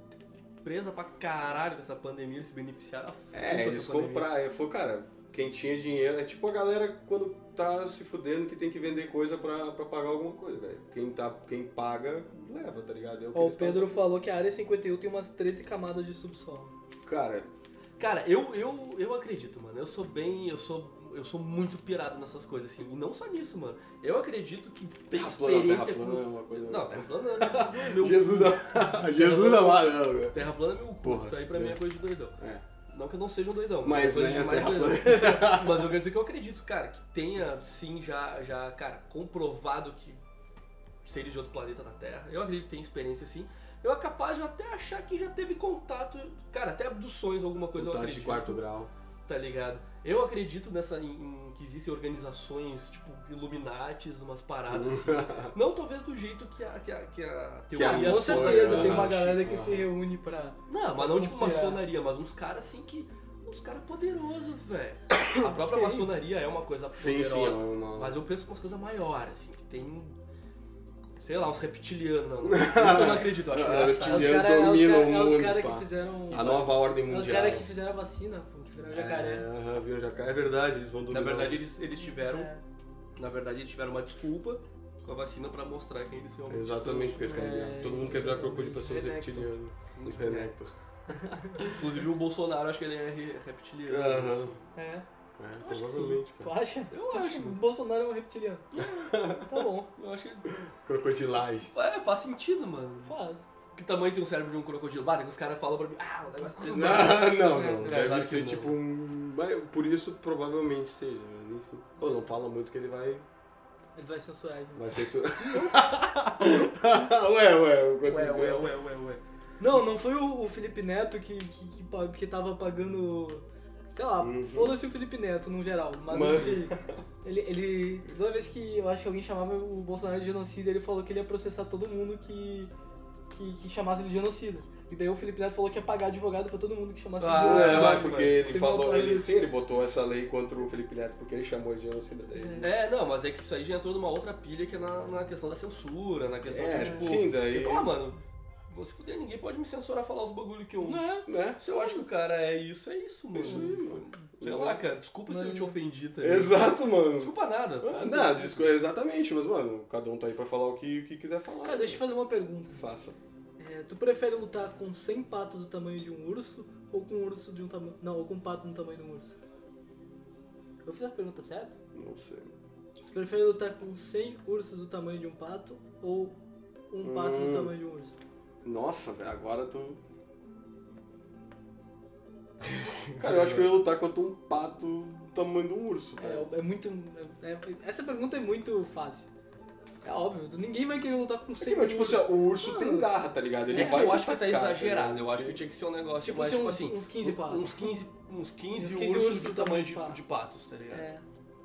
presa pra caralho com essa pandemia, eles se beneficiaram a fundo é, dessa eles pandemia. compraram. Foi, cara, quem tinha dinheiro. É tipo a galera quando tá se fudendo que tem que vender coisa pra, pra pagar alguma coisa, velho. Quem, tá, quem paga, leva, tá ligado? É o que Ó, eles o Pedro falou que a área 51 tem umas 13 camadas de subsolo. tão- Cara, Cara, eu, eu, eu acredito, mano. Eu sou bem. Eu sou. Eu sou muito pirado nessas coisas, assim. E não só nisso, mano. Eu acredito que tem terra plana, experiência terra com. plana é uma coisa. Não, terra plana não. Meu Jesus não. Jesus não, ah, não, velho. Terra plana é meu cu, Porra, isso aí pra mim é coisa de doidão. É. Não que eu não seja um doidão, Mas, é coisa né, de a mais Terra doidão. mas eu quero dizer que eu acredito, cara, que tenha sim já, já cara, comprovado que seres de outro planeta na Terra. Eu acredito que tem experiência sim. Eu é capaz de até achar que já teve contato, cara, até abduções, alguma coisa eu Contato acredito. de quarto grau. Tá ligado? Eu acredito nessa em, em que existem organizações, tipo, Illuminatis, umas paradas assim. Não talvez do jeito que a, que a, que a a teoria Ia Com moça- toda- certeza, fora, tem uma né? galera que Ah. se reúne pra. Não, mas não tipo Conspirar. maçonaria, mas uns caras assim que. Uns caras poderosos, velho. A própria Sim. maçonaria é uma coisa Sim, poderosa. sim, é uma... Mas eu penso em umas coisas maiores, assim, que tem. Sei lá, uns reptilianos, não. não. Isso eu não acredito, eu acho Ah, É engraçado. os Reptiliano caras é os domina cara, o é os mundo, cara que pá. fizeram. A nova ordem É mundial. os caras que fizeram a vacina, pô, que viraram jacaré. É, aham, viram jacaré. É verdade, eles vão Na dominar. verdade, eles, eles tiveram. É. Na verdade, eles tiveram uma desculpa com a vacina pra mostrar quem eles realmente Exatamente, porque eles É, querem Todo mundo quer virar crocodilo pra ser os Renekton. reptilianos. são. Os Renekton. É. Inclusive o Bolsonaro, acho que ele é re- reptiliano. Aham. assim. É. É, que sim. provavelmente, Tu cara. acha? Eu Tu acha acho. que o Bolsonaro é um reptiliano. tá bom, Eu acho que. Crocodilagem. É, faz sentido, mano. faz. Que tamanho tem um cérebro de um crocodilo? Bata que os caras falam pra mim, ah, o negócio desse. Não, não, não. É, Deve claro ser que não. tipo um... mas Por isso, provavelmente seja, mas enfim. Pô, não fala muito que ele vai... Ele vai censurar a gente. Vai censurar. ué, é ué. enquanto Ué, vê- é, ué, ué, ué, ué. Não, não foi o, o Felipe Neto que, que, que, pa- que tava pagando. Sei lá, Uhum. foda-se o Felipe Neto no geral, mas Mano. assim. Ele, ele. Toda vez que eu acho que alguém chamava o Bolsonaro de genocida, ele falou que ele ia processar todo mundo que. que, que chamasse ele de genocida. E daí o Felipe Neto falou que ia pagar advogado pra todo mundo que chamasse Ah, de Não, Lula. eu é, acho porque ele Ele falou, botou ele, ali. sim, ele botou essa lei contra o Felipe Neto porque ele chamou de genocidade. É, não, mas é que isso aí já entrou numa outra pilha que é na, na questão da censura, na questão É, de tipo. sim, daí- Ele fala, ah, mano, vou se fuder, ninguém pode me censurar falar os bagulho que eu. Né? Né? Se eu acho que o cara é isso, é isso, mano. Isso aí, mano. Sei lá, cara, desculpa se eu te ofendi, tá? ligado? Exato, mano. Desculpa nada. Ah, Não, disco, exatamente, mas, mano, cada um tá aí pra falar o que, o que quiser falar. Cara, deixa eu te fazer uma pergunta. Faça. É, tu prefere lutar com 100 patos do tamanho de um urso ou com um urso de um tamanho. Não, ou com um pato do tamanho de um urso? Eu fiz a pergunta certa? Não sei. Tu prefere lutar com 100 ursos do tamanho de um pato ou um pato Hum. do tamanho de um urso? Nossa, velho, agora tu. Cara, eu acho que eu ia lutar contra um pato do tamanho de um urso, velho. É, é muito. é- é- essa pergunta é muito fácil. É óbvio, tu- ninguém vai querer lutar com 100 Sim, mas, tipo assim, ursos. ó, o urso tem Mano. garra, tá ligado? Ele É que vai eu te acho que tá atacar, tá exagerado, ligado? eu acho que tinha que ser um negócio Tipo mais, assim, tipo uns- assim, uns 15 patos. Uns 15, uns 15, Uns 15 ursos, ursos do do tamanho tamanho de, de pato. de patos, tá ligado? É.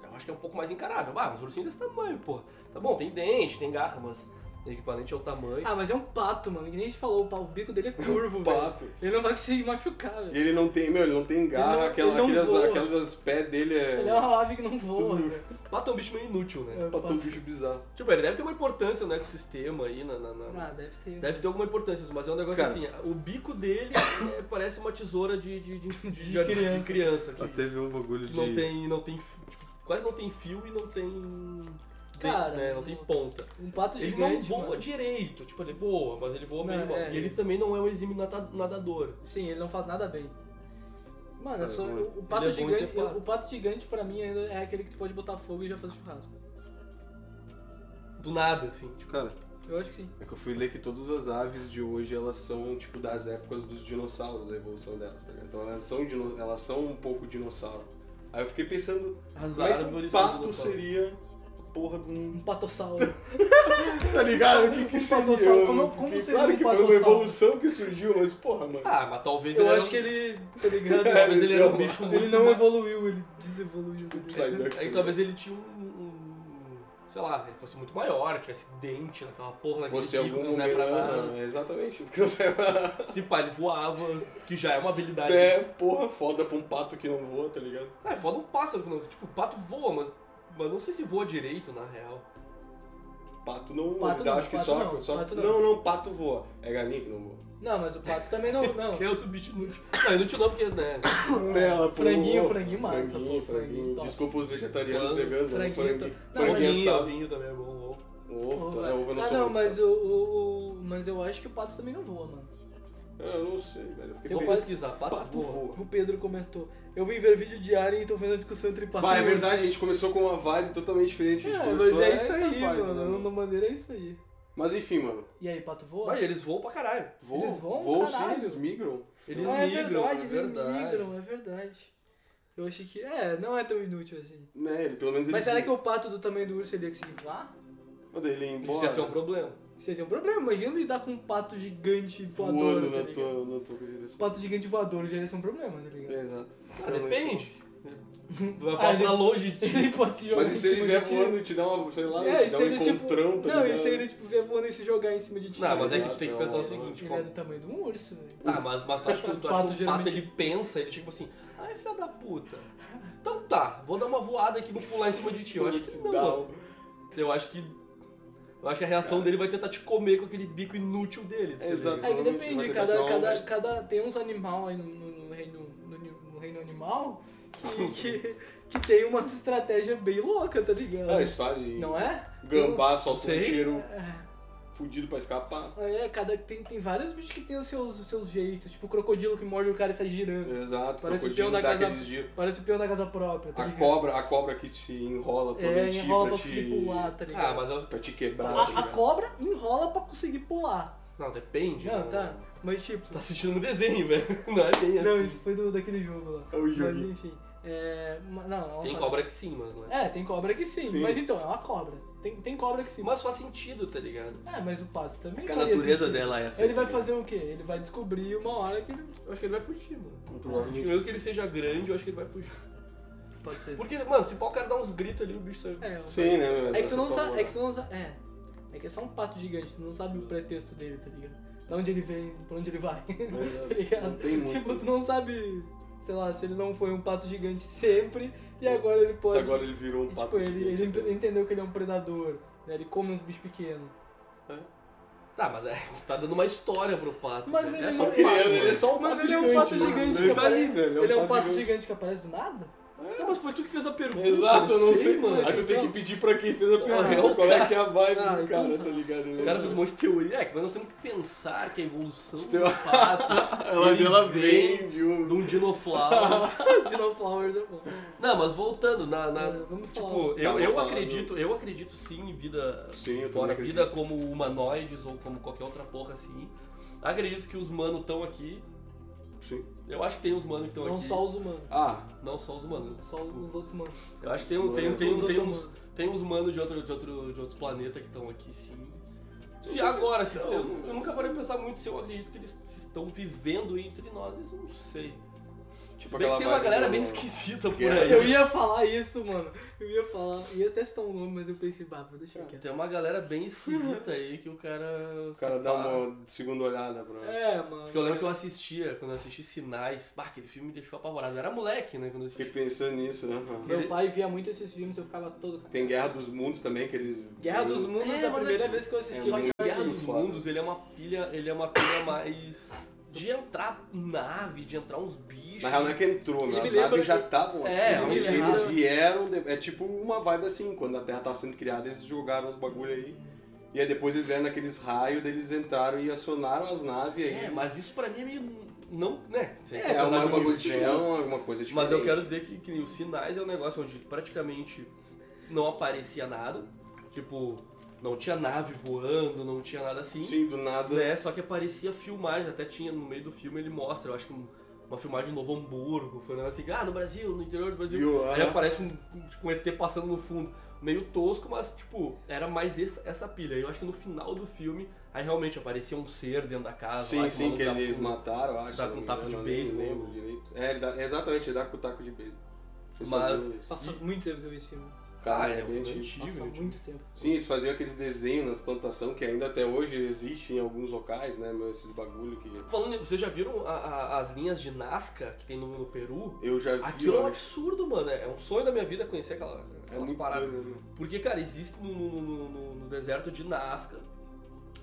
Eu acho que é um pouco mais encarável. Ah, uns ursinhos desse tamanho, pô. Tá bom, tem dente, tem garra, mas é equivalente ao tamanho. Ah, mas é um pato, mano. Que nem a gente falou, o pau- o bico dele é curvo, Um velho. pato. Ele não vai conseguir machucar, velho. E ele não tem, meu, ele não tem garra, Ele não- aquela, ele não aquelas, voa. aquelas pés dele é. Ele é uma ave que não voa, Tudo- velho. Pato é um bicho meio inútil, né? É. Pra todo bicho bizarro. Tipo, ele deve ter uma importância né, no ecossistema aí, na... na- na- Ah, deve ter. Deve ter alguma importância, mas é um negócio Cara. assim, o bico dele é, parece uma tesoura de, de, de, de, de- de criança, criança. que, teve um bagulho que não tem, não tem fi- tipo, quase não tem fio e não tem, Cara, né, não tem ponta. Um pato Ele gigante. não voa mano. direito, tipo, ele voa, mas ele voa Não, bem, mal. é. E ele também não é um exímio nata- nadador. Sim, ele não faz nada bem. Mano, Cara, eu sou- ele o, o pato é bom em ser gigante, pato. o pato gigante pra mim ainda é aquele que tu pode botar fogo e já faz churrasco. Do nada, assim. tipo, Cara, Eu acho que sim. é que eu fui ler que todas as aves de hoje elas são tipo das épocas dos dinossauros, a evolução delas, tá ligado? Então elas são, dino- elas são um pouco dinossauro. Aí eu fiquei pensando, as como é que um árvores são pato dinossauros. seria a porra de um. Um patossauro. Tá ligado? O que, que Um seria? patossauro. Como- Porque como seria claro um que foi uma patossauro? evolução que surgiu, mas porra, mano. Ah, mas talvez eu ele acho que era ele. Tá ligado? É, talvez ele era um ele- bicho muito ele não é mais- evoluiu, ele desevoluiu. tá ligado? Psyduck, Aí tá talvez ele tinha um, um- Sei lá, ele fosse muito maior, tivesse dente naquela porra naquele Você é bico, algum não serve pra humano, nada. né? exatamente, porque é não serve pra nada. Se pá, ele voava, que já é uma habilidade. É, porra, foda pra um pato que não voa, tá ligado? Ah, é foda um pássaro. que não- Tipo, o pato voa, mas. Mas não sei se voa direito, na real. Pato não, Pato não, acho que pato só, não, só- pato não. não. não, pato voa. É galinha que não voa. Não, mas o pato também não. não. Que é outro bicho inútil. Não, inútil não, porque, né? Nela, pô. É, franguinho, franguinho massa, pô, Franguinho, franguinho. franguinho, top. Desculpa os vegetarianos Frango, veganos, né? franguinho, Franguinho, top. Não, franguinho mas- assado. vinho também é bom. ovo. Ovo, tá, né? Ovo eu não ah, sou não, muito mas fã. o, o- o- Mas eu acho que o pato também não voa, mano. Ah, Eu não sei, velho. Eu fiquei Eu vou pensando. pesquisar. Pato, Pato voa. voa. O Pedro comentou. Eu vim ver vídeo de Alien e tô vendo a discussão entre pato Bah, é e urso." verdade, a gente começou com uma vibe totalmente diferente. A gente É, mas começou é isso essa aí, vibe, mano. né, De uma maneira é isso aí. Mas enfim, mano. E aí, pato voa? Vai, eles voam pra caralho. Voam, Eles voam, voam sim, caralho. eles migram. Eles Ah, é migram, verdade, é eles verdade. migram, é verdade. Eu achei que. É, não é tão inútil assim. Né, ele, pelo menos ele. Mas será que o pato do tamanho do urso ele ia conseguir voar? Quando ele ia Isso embora. ia ser um problema. Isso ia ser um problema. Imagina lidar com um pato gigante voador. voando tá na ligado? Um tua, na tua direção. Pato gigante voador já ia ser um problema, tá ligado? É, exato. Ah, Não, depende. Vai Ah, pra, ele- pra longe de ti. Ele pode se jogar Mas e em se ele cima vier de ti? voando e te dá uma, sei lá, É, te e se dá um ele, tipo, encontrão, tá Não, ligado? e se ele, tipo, vier voando e se jogar em cima de ti? né? Não, mas é que Exato, tu tem que é pensar uma- o seguinte, Ele como- é do tamanho de um urso, velho. Tá, mas, mas tu acha que, tu acha que Pato o pato geralmente- ele pensa, ele tipo assim, ai filha da puta. Então tá, vou dar uma voada aqui, vou pular em cima de tipo, ti. Eu acho que não. Dá mano. um- Eu acho que. Eu acho que a reação dele vai tentar te comer com aquele bico inútil dele. tá ligado? Exato. É que Provavelmente vai depende, ter cada, cachorro, cada, mas- cada. Tem uns animal aí no, no- no reino, no, no reino animal que, que, que tem umas estratégias bem loucas, tá ligado? Ah, eles fazem Não é? gambá, solta um Sei. cheiro É, fudido pra escapar. É, cada, tem, tem vários bichos que tem os seus, os seus jeitos, tipo o crocodilo que morde o cara e sai girando. Exato, Parece o crocodilo peão da dá casa- aqueles giros. Parece o peão da casa própria, tá A ligado? cobra, a cobra que te enrola toda é, em ti enrola pra pra te... conseguir pular, tá ligado? Ah, mas eu. Pra te A- quebrar. a, tá a ligado? cobra enrola pra conseguir pular. Não, depende. Não, né? tá. Mas tipo. Tu assim, tá assistindo um desenho, velho. Não é bem Não, assim. isso foi do, daquele jogo lá. É o Mas Yugi. enfim. É. ma- Não, não Tem fala- cobra que sim, mas não é. É, tem cobra que sim, Sim. Mas então, é uma cobra. Tem, tem cobra que sim. Mas faz sentido, tá ligado? É, mas o pato também. Porque a faria natureza sentido. dela é assim. Ele vai fazer o quê? Ele vai descobrir uma hora que ele. Eu acho que ele vai fugir, mano. Acho que Provavelmente. mesmo que ele seja grande, eu acho que ele vai fugir. Pode ser. Porque, mano, se pau o cara dá uns gritos ali, o bicho sai. É, eu- Sim, né? meu? é que tu não Essa sabe. É cobra. que tu não sabe. É. É que é só um pato gigante, tu não sabe o pretexto dele, tá ligado? da onde ele vem, pra onde ele vai. Não, tá ligado? É, não tem muito. Tipo, tu não sabe, sei lá, se ele não foi um pato gigante sempre e agora ele pode. Se agora ele virou um e, pato tipo, ele, gigante, ele né? entendeu que ele é um predador, né? Ele come uns bichos pequenos. Tá, mas é, tu tá dando uma história pro pato. Mas né? ele é não só um é- pato. ele Ele é só- um Mas pato ele é um gigante, pato né? gigante Ele que tá apare- ali, velho. Ele é um pato gigante que aparece do nada? Então, mas foi tu que fez a pergunta. assim. Exato, eu não sei, mano. mano. Aí tu tem Então- que pedir pra quem fez a Ah, pergunta eu- qual é que é a vibe Ah, do então cara, tá. tá ligado? né? O cara fez um monte de teoria. É, mas nós temos que pensar que a evolução Isso tem do pato... Ela, ele ela vem de um... de um dinoflauro. Dinoflowers é bom. Não, mas voltando, na, na- É, vamos tipo, falar. eu, né? Tava eu falando- acredito, eu acredito sim em vida Sim, eu fora também vida como humanoides ou como qualquer outra porra assim. Acredito que os manos estão aqui. Sim. Eu acho que tem os manos que estão Não aqui. só os humanos, Ah, Não só os humanos. só os outros humanos. Eu acho que tem, um, tem, Mano, tem, os tem, outros uns, humanos. tem uns manos de, outro, de, outro, de outros planetas que estão aqui sim. sei Se se- é agora, se não, tem- um, eu, eu- nunca parei de pensar muito se eu acredito que eles se estão vivendo entre nós, isso eu não sei. tipo Se bem que aquela tem uma vibe galera do- é. bem esquisita por Guerra. Eu aí. ia falar isso, mano. Eu ia falar, ia até citar um nome, mas eu pensei, bah, vou deixar quieto. Tem uma galera bem esquisita aí que o cara. O cara dá tá? uma segunda olhada pra... É, mano. Porque eu lembro que eu assistia, quando eu assisti Sinais, bah, aquele filme me deixou apavorado. Eu era moleque, né? Quando eu Fiquei assisti. pensando nisso, né? cara? Meu pai via muito esses filmes, eu ficava todo. Tem Guerra dos Mundos também, que eles... Guerra dos Mundos É, é a mas primeira aqui- vez que eu assisti. É, Só que muito Guerra dos foda. Mundos, ele é uma pilha, ele é uma pilha mais de entrar nave, de entrar uns bichos. Na real não é que entrou, Ele né? me As lembra naves já que- estavam É, aqui, me eles lembra- vieram, de- é tipo uma vibe assim, quando a Terra tava sendo criada, eles jogaram os bagulho aí, e aí depois eles vieram naqueles raios, daí eles entraram e acionaram as naves aí. É, mas isso pra mim é meio. Não, né? Você É, quer é pensar uma de bagulho de é universo, uma- alguma coisa diferente. Mas eu quero dizer que, que nem os sinais é um negócio onde praticamente não aparecia nada. Tipo, não tinha nave voando, não tinha nada assim. Sim, do nada. É, só que aparecia filmagem, até tinha no meio do filme, ele mostra, eu acho que um- uma filmagem em Novo Hamburgo, foi um negócio assim, ah, no Brasil, no interior do Brasil. Viu? Aí Ah. aparece um, um- tipo, um ET passando no fundo, meio tosco, mas tipo, era mais essa, essa pilha. Eu acho que no final do filme, aí realmente aparecia um ser dentro da casa. lá, Sim, o sim, maluco que dá eles pulo. mataram, eu acho. Dá se com não taco me de engano, eu nem beisebol. lembro direito. É, ele dá- exatamente, ele dá com o taco de beisebol. Eles Mas- faziam isso. Passou muito tempo que eu vi esse filme. Ah, Cara, é, é bem antigo. antigo. Passou antigo. muito tempo. Sim, eles faziam aqueles desenhos nas plantações que ainda até hoje existem em alguns locais, né? Meu, esses bagulho que. Falando, em- vocês já viram a- a- as linhas de Nazca que tem no, no Peru? Eu já vi. Aquilo é um olha. absurdo, mano. É um sonho da minha vida conhecer aquela, É aquelas muito paradas. doido, né? Porque, cara, existe no, no- no- no- no deserto de Nazca,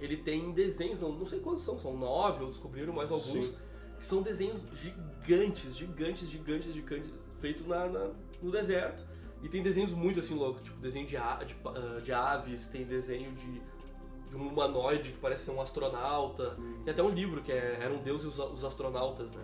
ele tem desenhos, eu não sei quantos são, são nove ou descobriram mais alguns, Sim. que são desenhos gigantes, gigantes, gigantes, gigantes, feitos na, na- no deserto. E tem desenhos muito assim loucos, tipo desenho de, a- de pa- ah, de aves, tem desenho de, de um humanoide que parece ser um astronauta. Tem até um livro que é Eram Deus e os, os Astronautas, né?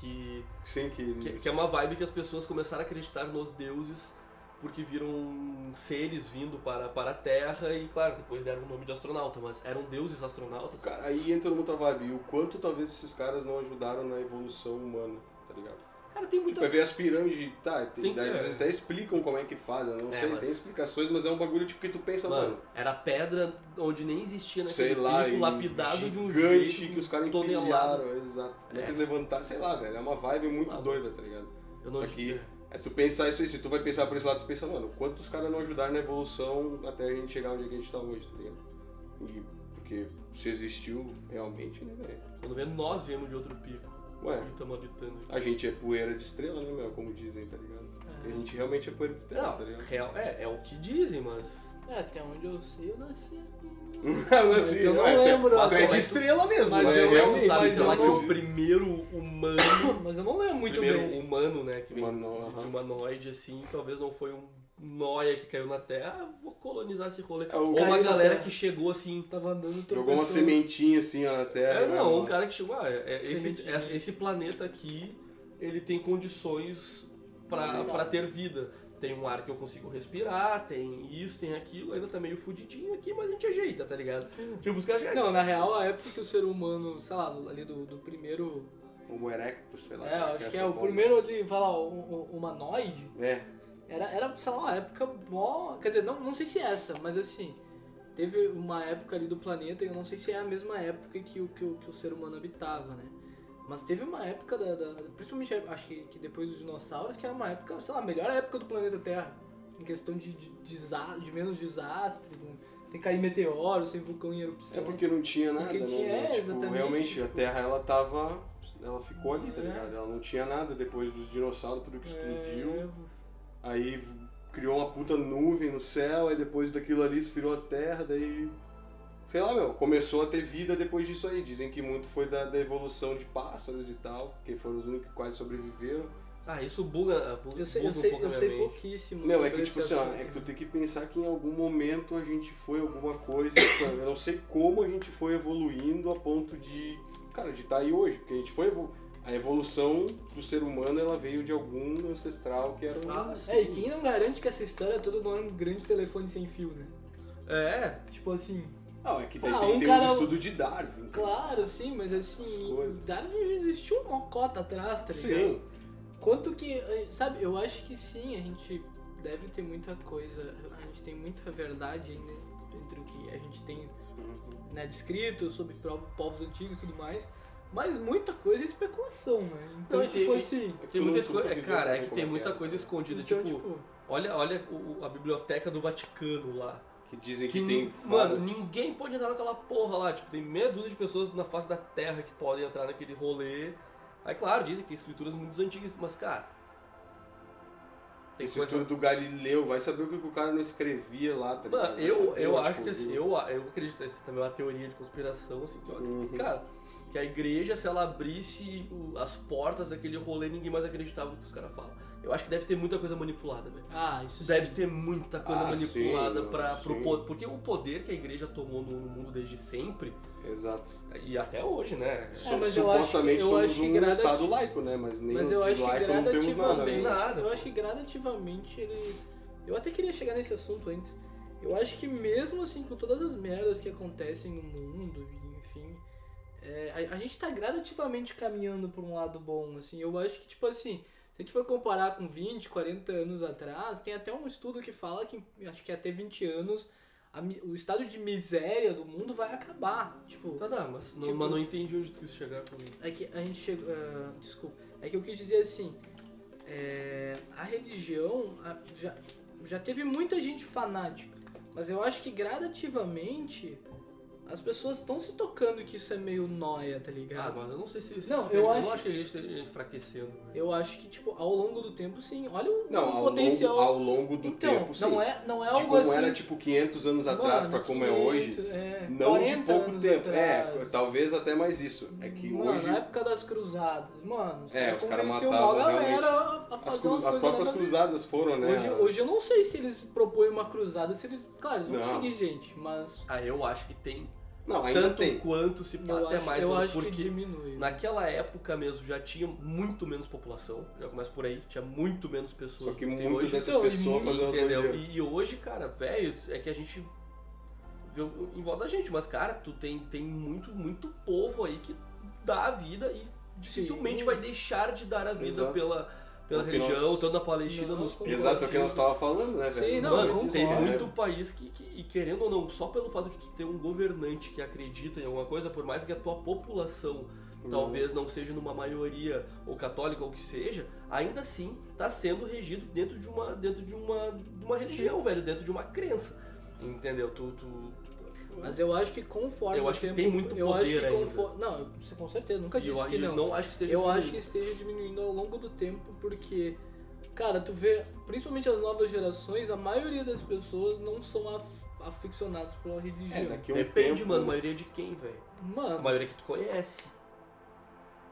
Que Sim, que eles. que, que é uma vibe que as pessoas começaram a acreditar nos deuses porque viram seres vindo para, para a Terra e, claro, depois deram o nome de astronauta, mas eram deuses astronautas. Cara, aí entra numa outra vibe. E o quanto talvez esses caras não ajudaram na evolução humana, tá ligado? Cara, tem muita Tipo, é ver as pirâmides, tá, tem, Tem que- daí eles até explicam como é que fazem, eu não É, sei, mas- tem explicações, mas é um bagulho tipo que tu pensa, mano, Mano, era pedra onde nem existia sei naquele lá, pico e lapidado de um gigante jeito, que os caras tonelada. empilharam, exato. Como é É. que eles levantaram, sei lá, velho, é uma vibe muito lá, doida, tá ligado? Eu não Só digo- que é tu pensar isso aí, se tu vai pensar por esse lado, tu pensa, mano, quantos caras não ajudaram na evolução até a gente chegar onde é que a gente tá hoje, tá ligado? E porque se existiu realmente, né, velho? Quando vê, nós viemos de outro pico Ué, e estamos habitando aqui. A gente é poeira de estrela, né, meu? Como dizem, tá ligado? É. A gente realmente é poeira de estrela, tá Não, ligado? real, é, é o que dizem, mas É, até onde eu sei, eu nasci aqui. Mas, assim, Mas eu não é, tu é- lembro, Tu é mas de tu- estrela mesmo, mas né? eu- tu realmente, sabe, mas sei eu lá, que não- o primeiro humano Mas eu não lembro muito primeiro bem. humano, né? Que vem Humano, de, de aham. humanoide, assim, talvez não foi um noia que caiu na terra, ah, vou colonizar esse rolê. É, o Ou caiu uma na galera terra. que chegou assim. Tava andando tropeçou. Jogou uma sementinha assim ó, na terra. É, né, não, mano? um cara que chegou, ah, é- é esse, Semente de é- vida. esse planeta aqui, ele tem condições pra, Verdade. pra ter vida. Tem um ar que eu consigo respirar, tem isso, tem aquilo, ainda tá meio fudidinho aqui, mas a gente ajeita, tá ligado? Tipo, os caras chegam, Não, na real, a época que o ser humano, sei lá, ali do, do primeiro. Homo erectus, um sei lá. É, acho que é essa o bomba. primeiro ali, vai lá, o, o, um, humanoide. É, Era, era, sei lá, uma época mó. Quer dizer, não, não sei se é essa, mas assim. Teve uma época ali do planeta, e eu não sei se é a mesma época que o, que o, que o ser humano habitava, né? Mas teve uma época, da, da- principalmente acho que, que depois dos dinossauros, que era uma época, sei lá, a melhor época do planeta Terra. Em questão de, de, desa- de menos desastres, né? sem cair meteoro, sem vulcão em erupção. É porque não tinha nada, Porque né? tinha- é, tipo, exatamente, realmente, a tipo- Terra, ela tava... Ela ficou ali, tá É. ligado? Ela não tinha nada depois dos dinossauros, tudo que explodiu. É, Aí v- criou uma puta nuvem no céu, aí depois daquilo ali se virou a Terra, daí... Sei lá, meu, começou a ter vida depois disso aí. Dizem que muito foi da, da evolução de pássaros e tal, porque foram os únicos que quase sobreviveram. Ah, isso buga, buga, eu sei, eu buga sei, um pouco eu a minha sei mente. pouquíssimo. Não, sobre é que esse tipo assim, ó, assunto. né? é que tu tem que pensar que em algum momento a gente foi alguma coisa, sabe? eu não sei como a gente foi evoluindo a ponto de, cara, de estar aí hoje, porque a gente foi evolu- a evolução do ser humano ela veio de algum ancestral que era um Ah, sim. É, e quem não garante que essa história toda não é um grande telefone sem fio, né? É, Tipo assim, Não, é que daí Ah, tem, um tem cara- os estudos de Darwin. claro, sim, mas Essas assim, coisas. Darwin já existiu uma cota atrás, tá ligado? Sim. Quanto que. eh, Sabe, eu acho que sim, a gente deve ter muita coisa, a gente tem muita verdade ainda entre o que a gente tem Uhum. né, descrito sobre pro- povos antigos e tudo mais, mas muita coisa é especulação, né? Então, Não, e- tipo e- assim. É que tem tu muitas nunca coisas. viveu Cara, é com que tem como muita era. coisa escondida. Então, tipo, tipo, olha, olha o- a biblioteca do Vaticano lá. Que dizem que, Que tem nin- mano, várias- ninguém pode entrar naquela porra lá. Tipo, tem meia dúzia de pessoas na face da terra que podem entrar naquele rolê. Aí, claro, dizem que tem escrituras muito antigas, mas, cara. Tem Esse coisa. estudo do Galileu, vai saber o que que o cara não escrevia lá, tá ligado? Mano, Vai eu, saber, eu tipo, acho que assim, eu, eu acredito, essa também é uma teoria de conspiração, assim, que eu acredito, Uhum. cara, que a igreja, se ela abrisse o- as portas daquele rolê, ninguém mais acreditava no que os caras falam. Eu acho que deve ter muita coisa manipulada, velho. ah, isso sim. Deve ter muita coisa Ah, manipulada sim, para pro sim. poder. Porque o poder que a igreja tomou no no mundo desde sempre, Exato. e até hoje, né? É, mas eu acho que- Supostamente eu somos acho que um gradati- estado laico, né? Mas nem Mas de eu acho que laico não temos nada. tem né? gradativamente. nada, nada, eu pô. acho que gradativamente ele. Eu até queria chegar nesse assunto antes. Eu acho que mesmo assim, com todas as merdas que acontecem no mundo, e enfim. é, a, a gente tá gradativamente caminhando por um lado bom, assim. Eu acho que, tipo assim, se a gente for comparar com 20, 40 anos atrás, tem até um estudo que fala que acho que até 20 anos a mi- o estado de miséria do mundo vai acabar. Tipo, Tá, tá, mas, não, Tipo- mas não entendi onde tu quis chegar com isso. é que a gente chegou. ah, desculpa. É que eu quis dizer assim. é, a religião a- já, já teve muita gente fanática. Mas eu acho que gradativamente as pessoas estão se tocando que isso é meio noia, tá Ah, ligado? mas eu não sei se... é se- Não, eu eu não acho- acho que a igreja esteja enfraquecendo. né? velho. Eu acho que, tipo, ao longo do tempo, sim. Olha o, Não, o ao potencial. longo, ao longo do então, tempo, sim. não é, não é de algo como assim. era, tipo, 500 anos atrás pra mano, como é 500, hoje, é, não de 40 pouco anos tempo. É, atrás. talvez até mais isso. É que Mano, hoje... na época das cruzadas, mano, os É, caras os caras convenciam matavam mó galera a- a As, fazer cru- umas coisas as próprias nada a ver. cruzadas foram, né? Hoje, hoje eu não sei se eles propõem uma cruzada, se eles. Claro, eles vão Não. seguir gente, mas Ah, eu acho que tem Não, ainda tanto tem. quanto se pá, eu até acho, mais, eu mano, acho porque que diminui. naquela época mesmo já tinha muito menos população, já começa por aí, tinha muito menos pessoas. Só que do tem muitas hoje, dessas então, pessoas ninguém faziam as entendeu? doideiras. E, e hoje, cara, velho, é que a gente vê o- em volta da gente, mas cara, tu tem, tem muito, muito povo aí que dá a vida e dificilmente Sim. vai deixar de dar a vida Exato. pela, pela Porque religião, nós- tanto na Palestina, Não, nos com- picos. Exato, é o que nós assim, estávamos falando, né, Sim, velho? não, Mano, Mano, concordo. tem isso, né? muito país que, que- e querendo ou não, só pelo fato de tu ter um governante que acredita em alguma coisa, por mais que a tua população Hum. talvez não seja numa maioria ou católica ou o que seja, ainda assim tá sendo regido dentro de uma dentro de uma de uma religião, velho, dentro de uma crença. Entendeu? Tu, tu- Mas eu acho que conforme. Eu acho o que tempo, tem muito eu acho poder que ainda. conforme, Não, você com certeza, nunca eu, disse que eu não. acho que esteja Eu diminuindo. acho que esteja diminuindo ao longo do tempo, porque, cara, tu vê, principalmente as novas gerações, a maioria das pessoas não são af- aficionados pela religião. É, daqui a um depende, tempo... mano, a maioria de quem, velho? A Mano, maioria que tu conhece.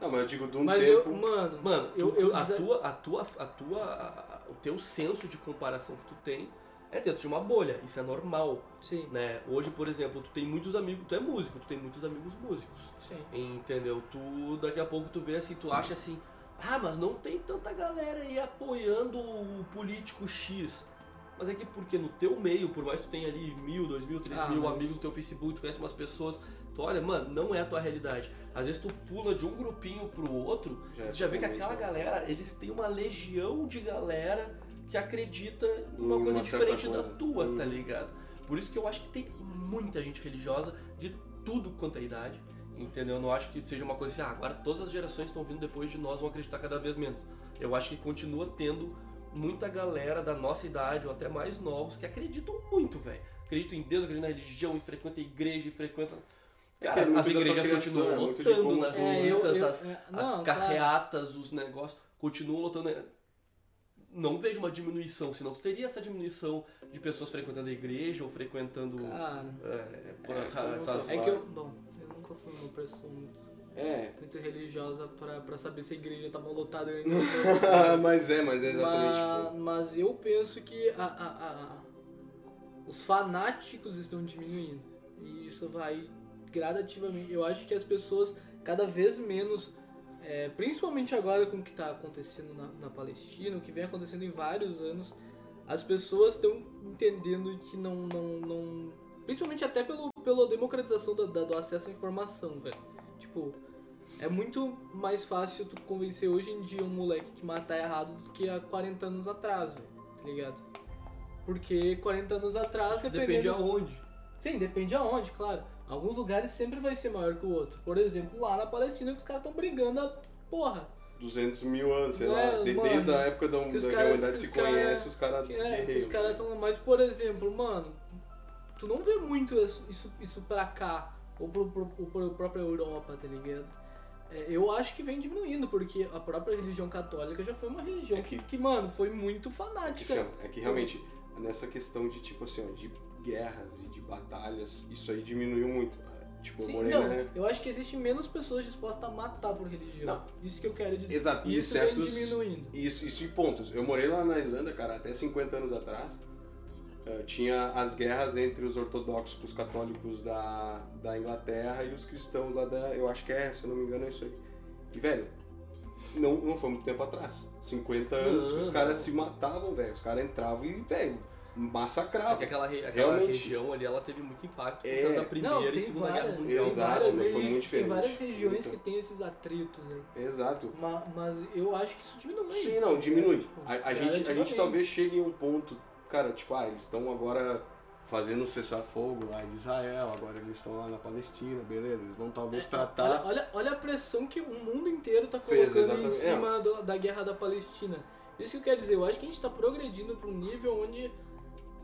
Não, mas eu digo de um mas tempo... eu. Mano, Mano, Eu- tu- tu- eu a, desa- tua, a tua, a tua, a- o teu senso de comparação que tu tem é dentro de uma bolha. Isso é normal, sim, né? Hoje, por exemplo, tu tem muitos amigos, tu é músico, tu tem muitos amigos músicos, sim. entendeu? Tu, daqui a pouco tu vê assim, tu acha assim, ah, mas não tem tanta galera aí apoiando o político X. Mas é que porque no teu meio, por mais que tu tenha ali mil, dois mil, três Ah, mil mas- amigos no teu Facebook, tu conhece umas pessoas, tu olha, mano, não é a tua realidade. Às vezes tu pula de um grupinho pro outro é você já vê que totalmente, aquela né? galera, eles têm uma legião de galera que acredita numa Em coisa uma certa diferente da coisa. tua, Hum. tá ligado? Por isso que eu acho que tem muita gente religiosa de tudo quanto é idade, entendeu? Eu não acho que seja uma coisa assim, ah, agora todas as gerações que estão vindo depois de nós vão acreditar cada vez menos. Eu acho que continua tendo muita galera da nossa idade ou até mais novos que acreditam muito, velho. acreditam em Deus, acreditam na religião, e frequentam a igreja, e frequentam. É Cara, muito as da tua igrejas criação, é continuam muito de lotando como nas tu- É, eu- missas, eu- as, é, as não, claro. carreatas, os negócios, continuam lotando. é, Não vejo uma diminuição, senão tu teria essa diminuição de pessoas frequentando a igreja ou frequentando. Cara, é, porra, eu essas é que eu. Ah, Bom, eu nunca fui uma pessoa muito, É. muito religiosa pra, pra saber se a igreja tava lotada antes. mas é, mas é exatamente. mas, tipo, mas eu penso que a, a- a- os fanáticos estão diminuindo. E isso vai gradativamente. Eu acho que as pessoas cada vez menos. é, principalmente agora com o que está acontecendo na, na Palestina, o que vem acontecendo em vários anos, as pessoas estão entendendo que não, não, não. Principalmente até pelo, pela democratização da- da- do acesso à informação, velho. Tipo, é muito mais fácil tu convencer hoje em dia um moleque que matar errado do que há 40 anos atrás, velho. Tá ligado? Porque 40 anos atrás, dependendo... Depende aonde. Sim, depende aonde, claro. Alguns lugares sempre vai ser maior que o outro. Por exemplo, lá na Palestina que os caras estão brigando a porra. 200 tipo, mil anos, sei Não lá. é, de- mano, desde a época da, da que os que a caras- humanidade que se os caras- conhece, os caras Que, é, que os guerreiam. caras estão lá. Mas, por exemplo, mano, tu não vê muito isso, isso, isso pra cá, ou pro, pro, ou pra própria Europa, tá ligado? É, eu acho que vem diminuindo, porque a própria religião católica já foi uma religião É que, que- que, mano, foi muito Que fanática. chama. É que realmente, nessa questão de tipo assim, ó, de guerras e de batalhas, isso aí diminuiu muito. Tipo, eu Sim, morei então, na- eu acho que existe menos pessoas dispostas a matar por religião. Isso que eu quero dizer. Exato, e Isso certos- vem diminuindo. Isso, isso em pontos. Eu morei lá na Irlanda, cara, até 50 anos atrás. eh, tinha as guerras entre os ortodoxos, os católicos da, da Inglaterra e os cristãos lá da. Eu acho que é, se eu não me engano, é isso aí. E, velho, não, não foi muito tempo atrás. 50 anos que os Não. caras se matavam, velho. Os caras entravam e, velho, É massacravam. que é aquela, re- aquela Realmente. região ali ela teve muito impacto por É. causa da primeira não, e tem segunda várias, guerra tem mundial. Exato, várias, né? Foi regi- muito Tem diferente. várias regiões Muito. que tem esses atritos, né? Exato. Ma- Mas, eu acho que isso diminui. Sim, não, diminui. Tipo, A, a gente, a gente relativamente. talvez chegue em um ponto, cara, tipo, ah, eles estão agora fazendo cessar fogo lá de Israel, agora eles estão lá na Palestina, beleza, eles vão talvez É, Olha, tratar. olha, olha a pressão que o mundo inteiro tá Tá. Fez, colocando em exatamente. É. cima do- da guerra da Palestina. Isso que eu quero dizer, eu acho que a gente tá progredindo para um nível onde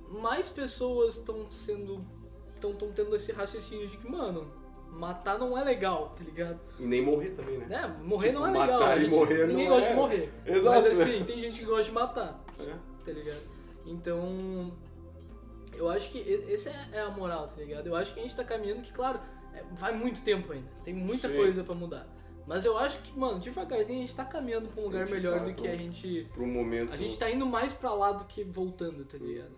mais pessoas estão sendo. estão tendo esse raciocínio de que, mano, matar não é legal, tá ligado? E nem morrer também, né? Né? Morrer Tipo, não é matar legal. a e gente- morrer ninguém não gosta é. de morrer. Exato, Mas né? assim, tem gente que gosta de matar, É. tá ligado? Então. Eu acho que e- essa é é a moral, tá ligado? Eu acho que a gente tá caminhando que, claro, é, vai muito tempo ainda. Tem muita Sim. coisa pra mudar. Mas eu acho que, mano, devagarzinho a gente tá caminhando pra um lugar De melhor do fato. que a gente. Pro momento. A gente tá indo mais pra lá do que voltando, tá ligado?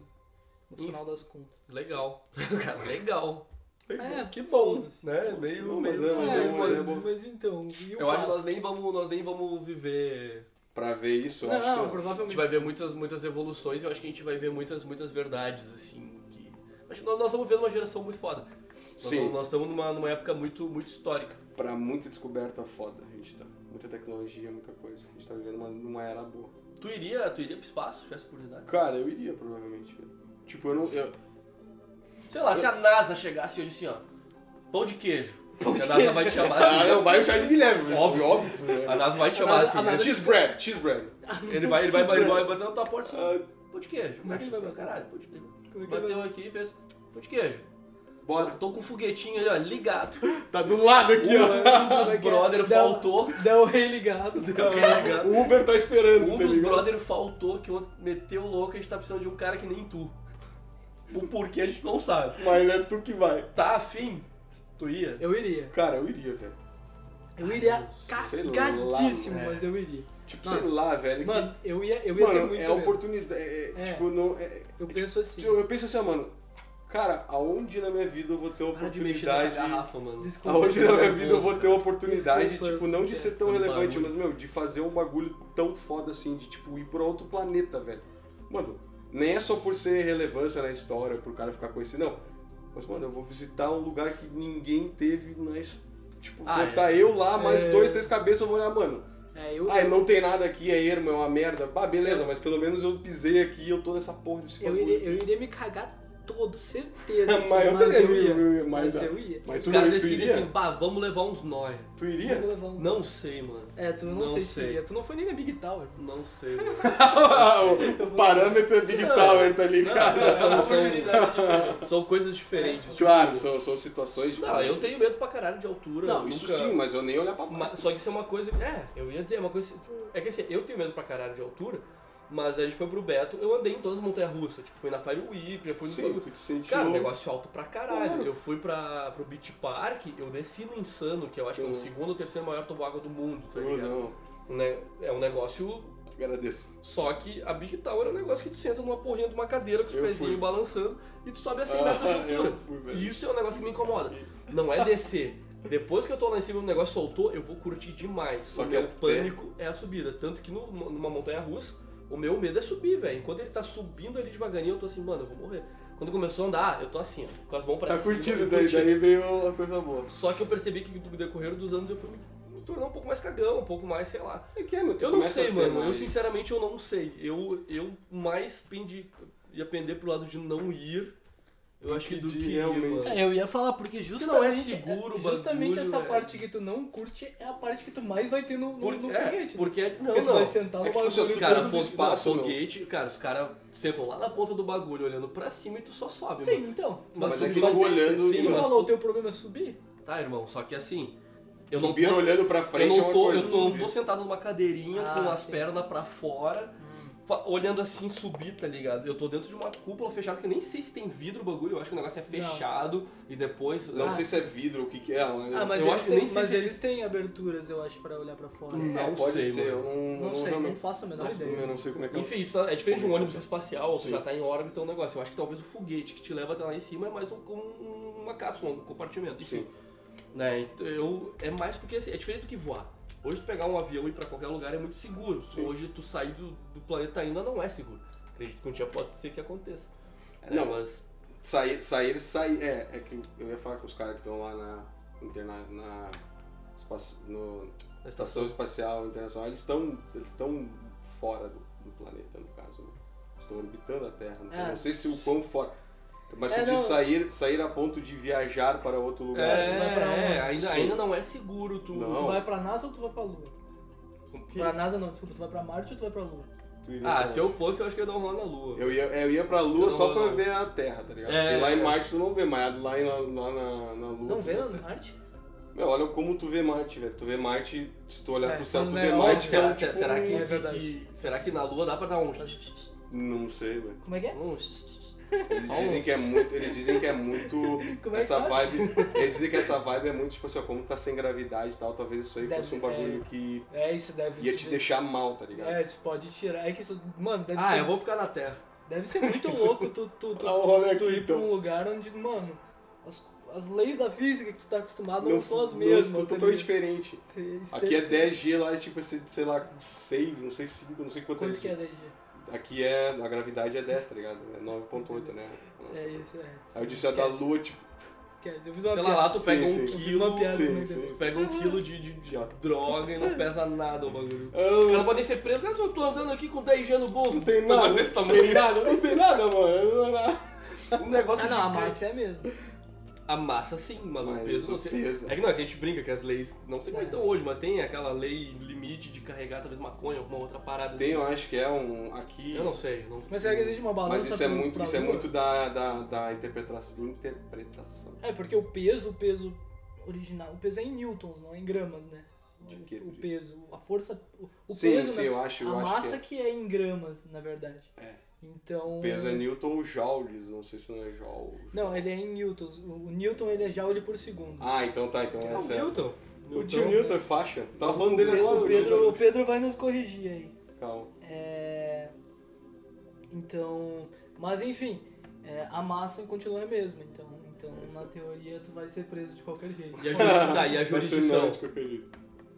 No Inf- final das contas. Legal. Cara, legal. É, que bom. foda-se. Né? bom, Meio, mas meio é, mas É, é uma- mas, é uma- mas então. e o Eu acho que papo? nós nem vamos, nós nem vamos viver. Pra ver isso, eu Não, acho que. não, A gente provavelmente. vai ver muitas, muitas evoluções e eu acho que a gente vai ver muitas, muitas verdades, assim. Que... Acho que nós, nós estamos vendo uma geração muito foda. Nós, Sim. Nós estamos numa, numa época muito, muito histórica. Pra muita descoberta foda, a gente tá. Muita tecnologia, muita coisa. A gente tá vivendo uma, numa era boa. Tu iria, tu iria pro espaço, se tivesse oportunidade? Cara, eu iria provavelmente. Tipo, eu não. Eu, Sei lá, se a NASA chegasse hoje assim, ó. Pão de queijo. Pão de a NASA queijo. vai te chamar ah, assim. não, vai o chá de Guilherme, velho. Óbvio. óbvio A né? NASA vai te é. A chamar NASA- assim. a né? NASA- Cheese bread, cheese bread. Ele vai, ele vai, ele vai bater na tua porta assim. Ah, Pão de queijo. Como é que ele vai Pra bater? Caralho, pão de queijo. Como é que Bateu vai- aqui e fez pão de queijo. bora. Tô com o foguetinho ali, ó, ligado. Tá do lado aqui, ó. Um Como é dos que é? brother Dá o- faltou. Dá o rei ligado. ligado. O Uber tá esperando, Um tá dos ligado? brother faltou que o outro meteu louco, a gente tá precisando de um cara que nem tu. O porquê a gente não sabe. Mas é tu que vai. Tá afim? Tu ia? Eu iria. Cara, eu iria, velho. Eu iria sei lá, cagadíssimo, né? mas eu iria. Tipo, Nossa. sei lá, velho. Mano, eu ia, eu que, ia ter mano muito é medo. oportunidade. é- é, É. Tipo, não. é- Eu penso assim. eu, eu penso assim, ó, mano. Cara, aonde na minha vida eu vou ter Para de mexer nessa oportunidade. garrafa, mano. Desculpa. Aonde na minha vida eu vou ter oportunidade, Desculpa, tipo, eu não sei de que ser tão é um relevante, mas, bagulho. meu, de fazer um bagulho tão foda assim, de, tipo, ir pra outro planeta, velho. Mano, nem é só por ser relevância na história, pro cara ficar conhecido, não. Mas, mano, eu vou visitar um lugar que ninguém teve na história. Tipo, Ah, vou é. tá eu lá, mais É. dois, três cabeças, eu vou olhar, mano. É, eu, Ah, não tem nada aqui, é ermo, é uma merda. Ah, beleza, mas pelo menos eu pisei aqui e eu tô nessa porra desse eu, bagulho. iria, eu iria me cagar todo, certeza. que Mas eu mas também, eu eu- eu- ia. eu- Mas mas- eu ia. Mas Os tu, caras tu decidem iria? assim, pá, vamos levar uns nóia. Tu Eu vou iria? levar uns- Não sei, mano. É, tu não, Não sei, se sei. ia. Tu não foi nem na Big Tower. Não sei, mano. o parâmetro é Big Tower, tá ligado? São coisas diferentes. tipo, Claro, são, são situações Não, eu tenho medo pra caralho de altura. Não, eu isso nunca- sim, mas eu nem olhar pra baixo. Ma- só que isso é uma coisa. que- É, eu ia dizer, é uma coisa. É que assim, eu tenho medo pra caralho de altura, mas a gente foi pro Beto, eu andei em todas as montanhas russas. Tipo, fui na Fire Whip, eu fui no. Sim, tu te sentiu... Cara, negócio alto pra caralho. Claro. Eu fui pra, pro Beach Park, eu desci no Insano, que eu acho que é o Uhum. segundo ou terceiro maior toboágua do mundo, tá Não, ligado? não, Um ne- É um negócio. te agradeço. Só que a Big Tower é um negócio que tu senta numa porrinha de uma cadeira com os Eu pezinhos fui. balançando e tu sobe assim metros de Ah, altura. eu fui, velho. E isso é um negócio que me incomoda. Não é descer. Depois que eu tô lá em cima e o negócio soltou, eu vou curtir demais. Só o que meu até- pânico é a subida. Tanto que no- numa montanha russa, o meu medo é subir, velho. Enquanto ele tá subindo ali devagarinho, eu tô assim, mano, eu vou morrer. Quando começou a andar, eu tô assim, ó, com as mãos pra Tá cima. curtindo, eu daí, curti. daí veio a coisa boa. Só que eu percebi que no decorrer dos anos eu fui me tornar um pouco mais cagão, um pouco mais, sei lá. É que é, meu, tu Eu não começa a sei, ser mano. Eu mais- sinceramente eu não sei. Eu, eu mais pendi, ia pender pro lado de não ir. Eu acho que do De que ir, realmente. mano. É, eu ia falar, porque não é justamente, seguro o justamente bagulho, essa é. parte que tu não curte é a parte que tu mais vai ter no, no, Por, no é, foguete. né? porque é- não, porque tu não. vai sentar É no que, tipo, se eu bagulho. tô Cara, Todo fo- espaço, pá, meu. foguete, cara, os caras sentam lá na ponta do bagulho olhando pra cima e tu só sobe, Sim, mano. então. Tu vai Mas subir, é que tu vai ser- olhando sim, Ele mas falou, o tu- teu problema é subir? Tá, irmão, só que assim, eu não Subir tô, olhando pra eu frente é não uma tô, coisa. eu tô, não tô subir. sentado numa cadeirinha Ah, com as sim. Hum. pernas pra fora, fa- olhando assim subir, tá ligado? Eu tô dentro de uma cúpula fechada que eu nem sei se tem vidro o bagulho, eu acho que o negócio é fechado e depois Não ah, sei se é vidro ou o que que é. né? Ah, mas, Eu eles, acho que têm, nem sei mas se eles têm aberturas, eu acho, pra olhar pra fora. Hum. É, não pode sei, ser, mano. eu não, Não sei, não realmente- faço a menor Não sei, ideia. Eu não sei como é que é. Enfim, tu tá- é diferente de um Como ônibus sensação. espacial, tu Sim. já tá em órbita, um negócio. Eu acho que talvez o foguete que te leva até lá em cima é mais um, um- uma cápsula, um compartimento. Enfim. Sim. Né, então eu, é mais porque assim, é diferente do que voar. Hoje tu pegar um avião e ir pra qualquer lugar é muito seguro. Sim. Hoje tu sair do, do planeta ainda não é seguro. Acredito que um dia pode ser que aconteça. Né, É, Não. mas Sair, sair, sair. É, é que eu ia falar com os caras que estão lá na. Interna, na espaço- no- na estação. Estação Espacial Internacional, eles estão eles estão fora do, do planeta, no caso. Né? Estão orbitando a Terra. né? É. Eu não sei se o quão fora. Mas É, tu não. diz sair, sair a ponto de viajar para outro É, lugar. tu vai pra é, onde? ainda, Sim. ainda não é seguro tu. Não. Tu vai pra NASA ou tu vai pra Lua? tu- Pra NASA não, desculpa, tu vai pra Marte ou tu vai pra Lua? Tu iria Ah, pra- se eu fosse, eu acho que eu ia dar um rolê na lua. Eu ia, eu ia pra Lua Eu só não- pra não. ver a Terra, tá ligado? É. Porque lá em Marte tu não vê mais, lá, em, lá, na, na Lua. Não tu vê Terra. Marte? Meu, olha como tu vê Marte, velho. Tu vê Marte, se tu olhar É, pro céu, tu quando vê é Será, Marte. óbvio, será, então, será, tipo, que, é verdade. que- será que na lua dá pra dar um. Não sei, velho. Como é que é? um Eles Aonde? dizem que é muito. Eles dizem que é muito. Como é que essa faz? vibe. Eles dizem que essa vibe é muito, tipo assim, ó, como tá sem gravidade e tal, talvez isso aí Deve- fosse um bagulho que É, isso deve ia te deixar mal, tá ligado? É, isso pode tirar. É que isso, mano, deve, Ah, ser, eu vou ficar na Terra. deve ser muito louco tu, tu, tu, Dá um rolê tu aqui, ir pra então. um lugar onde, mano, as, as leis da física que tu tá acostumado não, são as não- mesmas. não- tá totalmente ligado? diferente. Isso Aqui é deve ser- 10G, lá é tipo, esse, sei lá, 6, não sei 5, não sei quanto, Quanto que é isso. 10G? Aqui é. A gravidade é 10, tá ligado? É 9.8, né? Nossa. É isso, é. Aí eu disse a da Esquece, Lua, tipo, Esquece, eu fiz uma Sei lá, piada. lá tu pega Sim, um sim. Eu fiz uma quilo. piada, sim, né, sim. Tu pega um quilo de, de- de idiota. droga e não pesa nada o bagulho. Os Eu caras podem ser presos. Cara, eu tô andando aqui com 10G no bolso. Ah. não tem Tá, Então, nada. Mas desse não tamanho. tem nada, não tem nada, mano. Eu não- não- Um negócio Ah, não, a gigante. massa é a mesma. A massa sim, mas, Mas o peso o não sei. peso. É que não, é que a gente brinca que as leis. Não É. sei como estão hoje, mas tem aquela lei limite de carregar talvez maconha, alguma outra parada Tem, assim. eu acho que é um. Aqui. Eu não sei. Não... Mas será que existe uma balança Mas isso é pra- muito, pra isso é lua? muito da, da, da interpretação. interpretação. É, porque o peso, o peso original, o peso é em newtons, não é em gramas, né? De que o tu diz? peso, a força, o, o sim, peso, sim, né? eu acho. Eu a acho massa que é. em gramas, na verdade. É. Então... que é. peso é Newton ou Joules, não sei se não é Joule. Não, ele é em newtons. O o newton, ele é joule por segundo. Ah, então tá, então Não, essa é. Newton. O tio Newton é faixa. Tava falando o, dele Pedro, agora. o, Pedro, o Pedro vai nos corrigir aí. Calma. É... Então... Mas, enfim, é, a massa continua a mesma, então... Então, na teoria, tu vai ser preso de qualquer jeito. E a, juri... tá, e a Vai ser jurisdição? náutico, querido.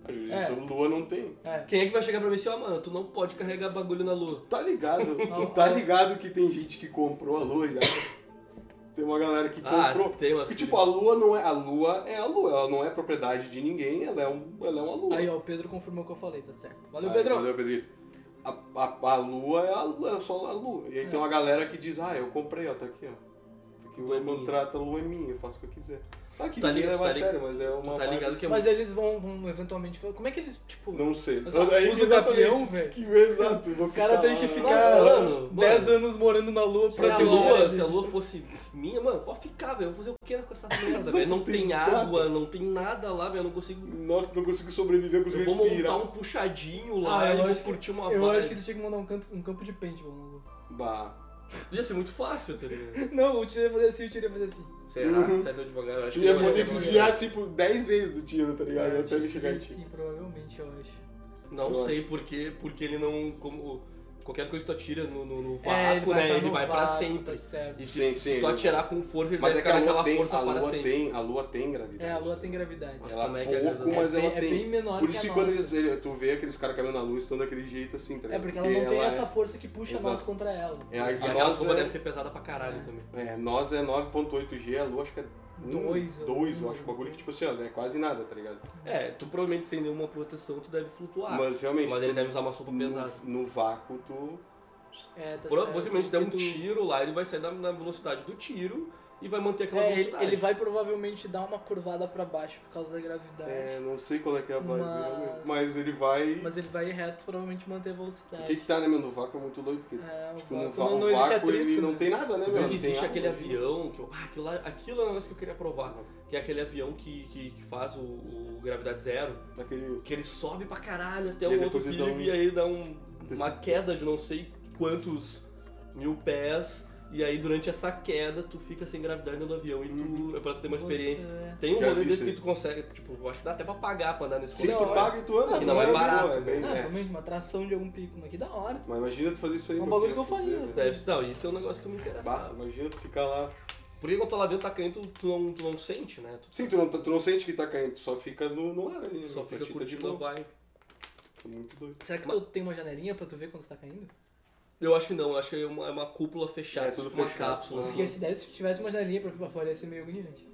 A jurisdição Lua não tem. É. Quem é que vai chegar pra mim assim, ó, mano, tu não pode carregar bagulho na lua? Tá ligado? Não, é. tu tá não. ligado que tem gente que comprou a Lua já. Tem uma galera que Ah, comprou. tem umas Porque, tipo, a Lua não é. A Lua é a Lua, ela não é propriedade de ninguém, ela é, um, ela é uma Lua. Aí, ó, o Pedro confirmou o que eu falei, tá certo. Valeu, Aí, Pedrão! Valeu, Pedrito. A, a, a lua é, a, lua, é só a lua. E aí tem uma galera que diz, ah, eu comprei, ó, tá aqui, ó. que Lua é o minha. contrato a lua é minha, eu faço o que eu quiser. Ah, que Tá ninguém ligado, leva tá a ligado. sério, mas é uma... Tu tá ligado que é Mas eles vão, vão eventualmente. Como é que eles, tipo. Não sei. Mas, ó, Aí, usa o exatamente. campeão, velho. Que exato, eu vou O cara ficar tem que lá. ficar Nossa, mano, 10 anos morando na lua Se pra a, ter lua, glória. se a lua fosse minha, mano, pode ficar, velho. Eu vou fazer o que com essa merda, Exato, velho? Não tem tem nada. água, não tem nada lá, velho. Eu não consigo. Nossa, não consigo sobreviver, eu consigo Eu vou respirar. montar um puxadinho lá Ah, eu e vou acho que- curtir uma Eu vibe. acho que eles tinham que mandar um, canto, um campo de paintball na lua. um Bah. Ia ser muito fácil, tá ligado? Não, o tio ia fazer assim, o tio ia fazer assim. Será? é Uhum. Sai tão devagar. Eu acho Eu que ia eu acho que poder é bom. desviar, assim, por 10 vezes do tiro, tá ligado? Até ele chegar em ti. É, tipo, Sim, provavelmente, eu acho. Não Eu sei porque, porque ele não. Como, qualquer coisa que tu atira no, no, no vácuo, É, ele vai, né? tá ele no vai pra vácuo, sempre. Tá certo. E se, Sim, se sim, tu ele- atirar com força, ele Mas vai é que ficar a lua naquela tem, força a para lua sempre. tem, a lua tem É, gravidade. a lua tem gravidade. Nossa, Ela como é é que é pouco, gravidade? mas é, ela bem, tem. é bem menor Por que isso a que quando nossa. eles, ele- tu vê aqueles caras caminhando na lua, estão daquele jeito assim, tá É, ligado? porque ela não tem essa é- força que puxa nós Exato. contra ela. É, a, E a aquela nossa sopa é, deve ser pesada pra caralho também. é, nós é 9.8 G, a lua acho que é 1, Dois, 2, eu eu acho, um bagulho que tipo assim, ó, é quase nada, tá ligado? É, tu provavelmente sem nenhuma proteção, tu deve flutuar. Mas, mas realmente, ele tu- deve usar um uma sopa pesada. no, no vácuo tu... É, tá certo, Possivelmente der um porque tu- tiro lá, ele vai sair na, na velocidade do tiro e vai manter aquela É, ele, velocidade. ele vai provavelmente dar uma curvada pra baixo por causa da gravidade. É, não sei qual é que é a vibe, Mas- realmente, mas ele vai... Mas ele vai reto, provavelmente manter a velocidade. O que que tá, né, meu, no vácuo é muito doido, porque É, o tipo, vácuo- no va- não, o não existe vácuo atrito, ele né? não tem nada, né, Tu meu? vê Não que tem existe água, aquele né? avião, que eu, ah, aquilo, lá- aquilo é um negócio que eu queria provar. Que é aquele avião que, que, que faz o, o gravidade zero, Aquele... que ele sobe pra caralho até E um aí outro depois ele pico dá um- e aí dá um- uma Esse- queda de não sei quantos mil pés. E aí durante essa queda tu fica sem gravidade dentro do avião e Hum. tu, é pra tu ter uma experiência. Você- Tem um Já rolê vi desse isso aí. que tu consegue, tipo, eu acho que dá até pra pagar pra andar nesse Sim, rolê. tu paga e tu anda. Que não é pô, barato, é bem- Ah, é. realmente, uma atração de algum pico, mas que da hora. Mas imagina tu fazer isso aí. É um meu, bagulho que cara, eu faria. fudeu, velho. Deve, não, isso é um negócio que eu me né? Bah, interessava. imagina tu ficar lá. Porque quando tu tá lá dentro tá caindo, tu, tu não, tu não sente, né? Tu Sim, tu não, tu não sente que tá caindo, tu só fica no, no ar ali. só né? fica Pra ti tá de curtindo a boa. vibe. Tá muito doido. Será que Mas- tu tem uma janelinha pra tu ver quando você tá caindo? Eu acho que não, eu acho que é uma, é uma cúpula fechada, É, tudo tipo uma fechado. cápsula. Uhum. assim. Porque se desse, se tivesse uma janelinha pra, pra fora, ia ser meio agoniante.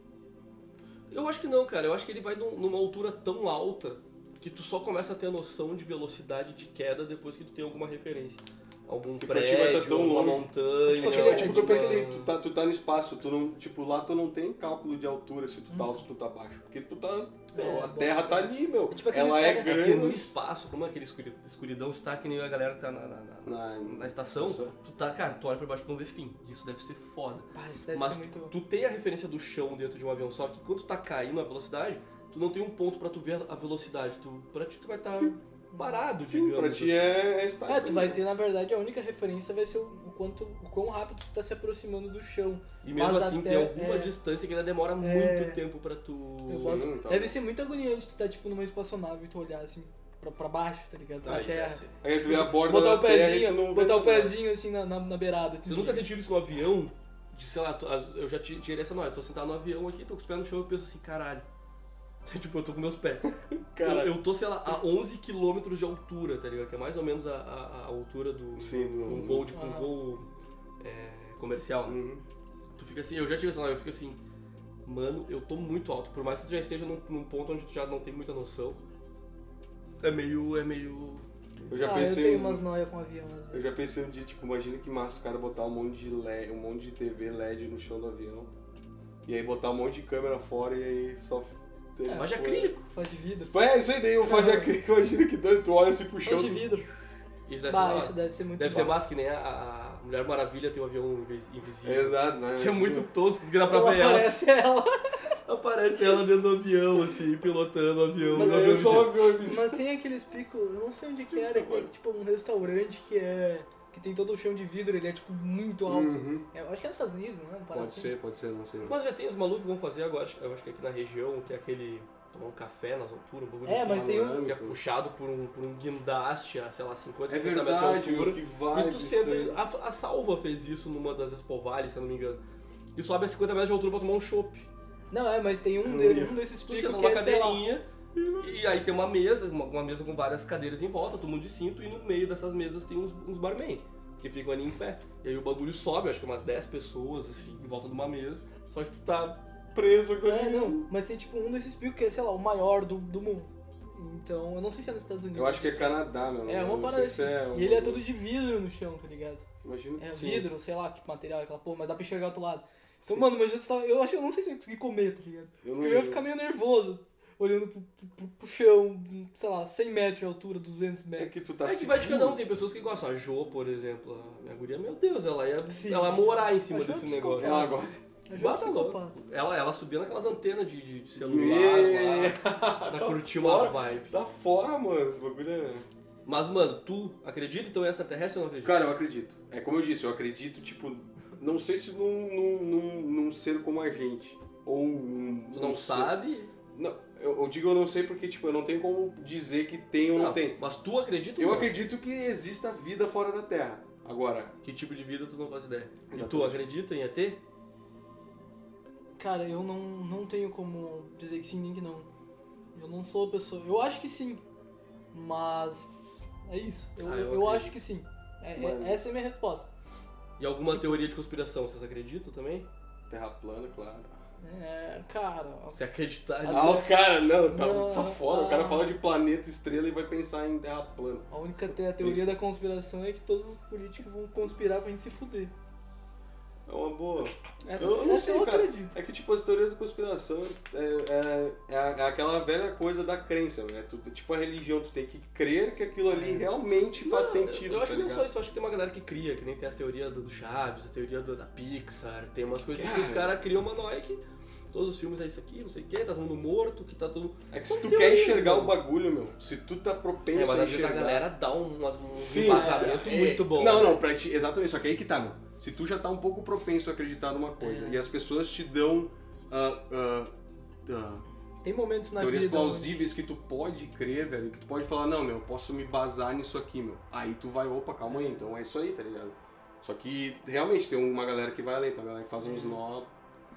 Eu acho que não, cara. Eu acho que ele vai num- numa altura tão alta que tu só começa a ter noção de velocidade de queda depois que tu tem alguma referência. Algum Porque pra ti vai prédio, tá tão alguma longe. montanha. Tipo, aquele- é tipo que eu alguma- pensei, tu tá, tu tá no espaço, tu não, tipo, lá tu não tem cálculo de altura se tu tá alto, se tu tá baixo. Porque tu tá. meu, a É, bom, terra tá ali, meu. É tipo aqueles Ela é caras- É que no grande. espaço, como é aquele escuri- escuridão, tu tá que nem a galera que tá na, na- na- Na- na estação, Estação. tu tá, cara, tu olha pra baixo pra não ver fim. Isso deve ser foda. Pá, isso deve Mas ser muito... tu tem a referência do chão dentro de um avião, só que quando tu tá caindo a velocidade, tu não tem um ponto pra tu ver a velocidade. Tu, pra ti tu vai estar parado, Sim, digamos. pra ti é, é estático. É, tu vai ter, na verdade, a única referência vai ser o, o quanto, o quão rápido tu tá se aproximando do chão. E mesmo Mas assim até- tem alguma é. distância que ainda demora muito tempo pra Eu tu. boto- tá. Deve ser muito agoniante tu tá, tipo, numa espaçonave e tu olhar, assim, pra, pra baixo, tá ligado? Pra Aí, terra. desce. Aí tu vê a borda botar da o terra e tu pezinho, não vê botar o nada. pezinho, assim, na, na, na beirada, assim. Vocês nunca sentiram isso com um avião? De, sei lá, tu- eu já ti- tirei essa noia. Eu tô sentado no avião aqui, tô com os pés no chão e eu penso assim, caralho. tipo, eu tô com meus pés. Cara, Eu, eu tô, sei lá, a 11 km de altura, tá ligado? Que é mais ou menos a, a- a altura do. Sim, de um do- voo, de, um Ah. voo é, comercial. né? Uhum. Tu fica assim, eu já tive essa noia, eu fico assim, mano, eu tô muito alto. Por mais que tu já esteja num, num ponto onde tu já não tem muita noção. É meio. É meio. Eu já ah, pensei. eu tenho em- umas noias com avião, às Eu vezes. já pensei um dia, tipo, imagina que massa os caras botar um monte de LED, um monte de TV LED no chão do avião. E aí botar um monte de câmera fora e aí só. ter- É, Mas de acrílico. Faz de vidro. É, isso aí daí, eu faço acrílico, imagina que doido, tu olha assim pro chão. Faz de tu- vidro. Isso deve ser. Bah, da isso hora. deve ser muito Deve bom. ser massa que nem a- a, a Mulher Maravilha tem um avião invis- invisível. Exato, né? Que é muito tosco que dá pra Ela ver ela. aparece ela. Aparece ela dentro do avião, assim, pilotando o avião. Mas o aí avião eu só vi o MC. Mas tem aqueles picos, eu não sei onde que era, que tem tipo um restaurante que é. que tem todo o chão de vidro, ele é tipo muito alto. Uhum. É, eu acho que é nos Estados Unidos, né? Uma parada Pode assim. ser, pode ser, não sei. Mas já tem os malucos que vão fazer agora, eu acho que aqui na região, que é aquele. tomar um café nas alturas, um bagulho É, assim, mas tem um. Panorâmico. que é puxado por um, por um guindaste a, sei lá, 50, É 60 metros verdade, de meu, altura. que vibe. e tu senta. né? isso aí. A, a Salva fez isso numa das Espovales, se eu não me engano. E sobe a 50 metros de altura pra tomar um chopp. Não, é, mas tem um, Não de- ia. um desses Tu picos senta que Tipo, numa é, sei lá, cadeirinha. E aí tem uma mesa, uma, uma mesa com várias cadeiras em volta, todo mundo de cinto, e no meio dessas mesas tem uns, uns barman, que ficam ali em pé. E aí o bagulho sobe, acho que umas 10 pessoas, assim, em volta de uma mesa. Só que tu tá Preso com É, não, mas tem tipo um desses picos que é, sei lá, o maior do, do mundo. Então, eu não sei se é nos Estados Unidos. Eu acho que é Canadá, meu. É, eu uma não parada sei se é assim. um- E ele é todo de vidro no chão, tá ligado? Imagina É sim. vidro, sei lá que material é aquela porra, mas dá pra enxergar o outro lado. Então, mano, mas eu, tava, eu acho que eu não sei se eu ia conseguir comer, tá ligado? Eu não Porque eu ia ficar meio nervoso, olhando pro, pro- pro chão, sei lá, 100 metros de altura, 200 É metros. que tu tá É que vai de cada um, seguro. tem pessoas que gostam. A Jo, por exemplo, a minha guria, meu Deus, ela ia, Sim. ela ia morar em cima A Jo é desse psicopata. negócio. Ela agora. A gente é um Bata louco. psicopata. Ela, ela subia naquelas antenas de, de- de Ê, celular lá, pra curtir umas vibes. Tá fora, mano, esse bagulho é... Mas, mano, tu acredita então em extraterrestre ou não acredita? Cara, eu acredito. É como eu disse, eu acredito, tipo, não sei se num, num, num, num ser como a gente. Ou um. Tu não um ser- sabe? Não, eu, eu digo eu não sei porque, tipo, eu não tenho como dizer que tem ou não, tem. Mas tu acredita ou Eu não? acredito que exista vida fora da Terra. Agora, Que tipo de vida tu não faz ideia? E tu Exatamente. acredita em ET? Cara, eu não, não tenho como dizer que sim nem que não. Eu não sou a pessoa. Eu acho que sim. Mas. É isso. Eu, Ah, eu eu, acredito. acho que sim. É- é- Mano. essa é a minha resposta. E alguma teoria de conspiração, vocês acreditam também? Terra plana, claro. É, cara. Se acreditar, Ah, Ah, o cara, não, tá Não, só fora. O cara ah. fala de planeta, estrela e vai pensar em Terra plana. A única te- a teoria Príncipe. da conspiração é que todos os políticos vão conspirar pra gente se fuder. É uma boa. Essa eu não essa sei, eu cara. acredito. É que, tipo, as teorias da conspiração é, é, é, a- é aquela velha coisa da crença, né? Tu- tipo a religião, tu tem que crer que aquilo ali realmente faz É. Não, sentido, Eu tá acho que não só ligado? isso, eu acho que tem uma galera que cria, que nem tem as teorias do do Chaves, a teoria do- da Pixar, tem umas coisas que Cara. os caras criam uma noia que todos os filmes é isso aqui, não sei o que, tá todo mundo morto, que tá todo. É que São se tu teorias, quer enxergar mano. o bagulho, meu, se tu tá É, propenso mas a às vezes a enxergar... galera dá um, um Sim, embasamento é, muito bom. né? Não, não, pra ti, exatamente, só que aí que tá, meu. Se tu já tá um pouco propenso a acreditar numa É. coisa e as pessoas te dão... ah, ah, ah, Tem momentos na teorias vida. né? plausíveis que tu pode crer, velho, que tu pode falar, não, meu, eu posso me basar nisso aqui, meu. Aí tu vai, opa, calma aí, então é isso aí, tá ligado? Só que realmente tem uma galera que vai além, tem uma galera que faz uns nó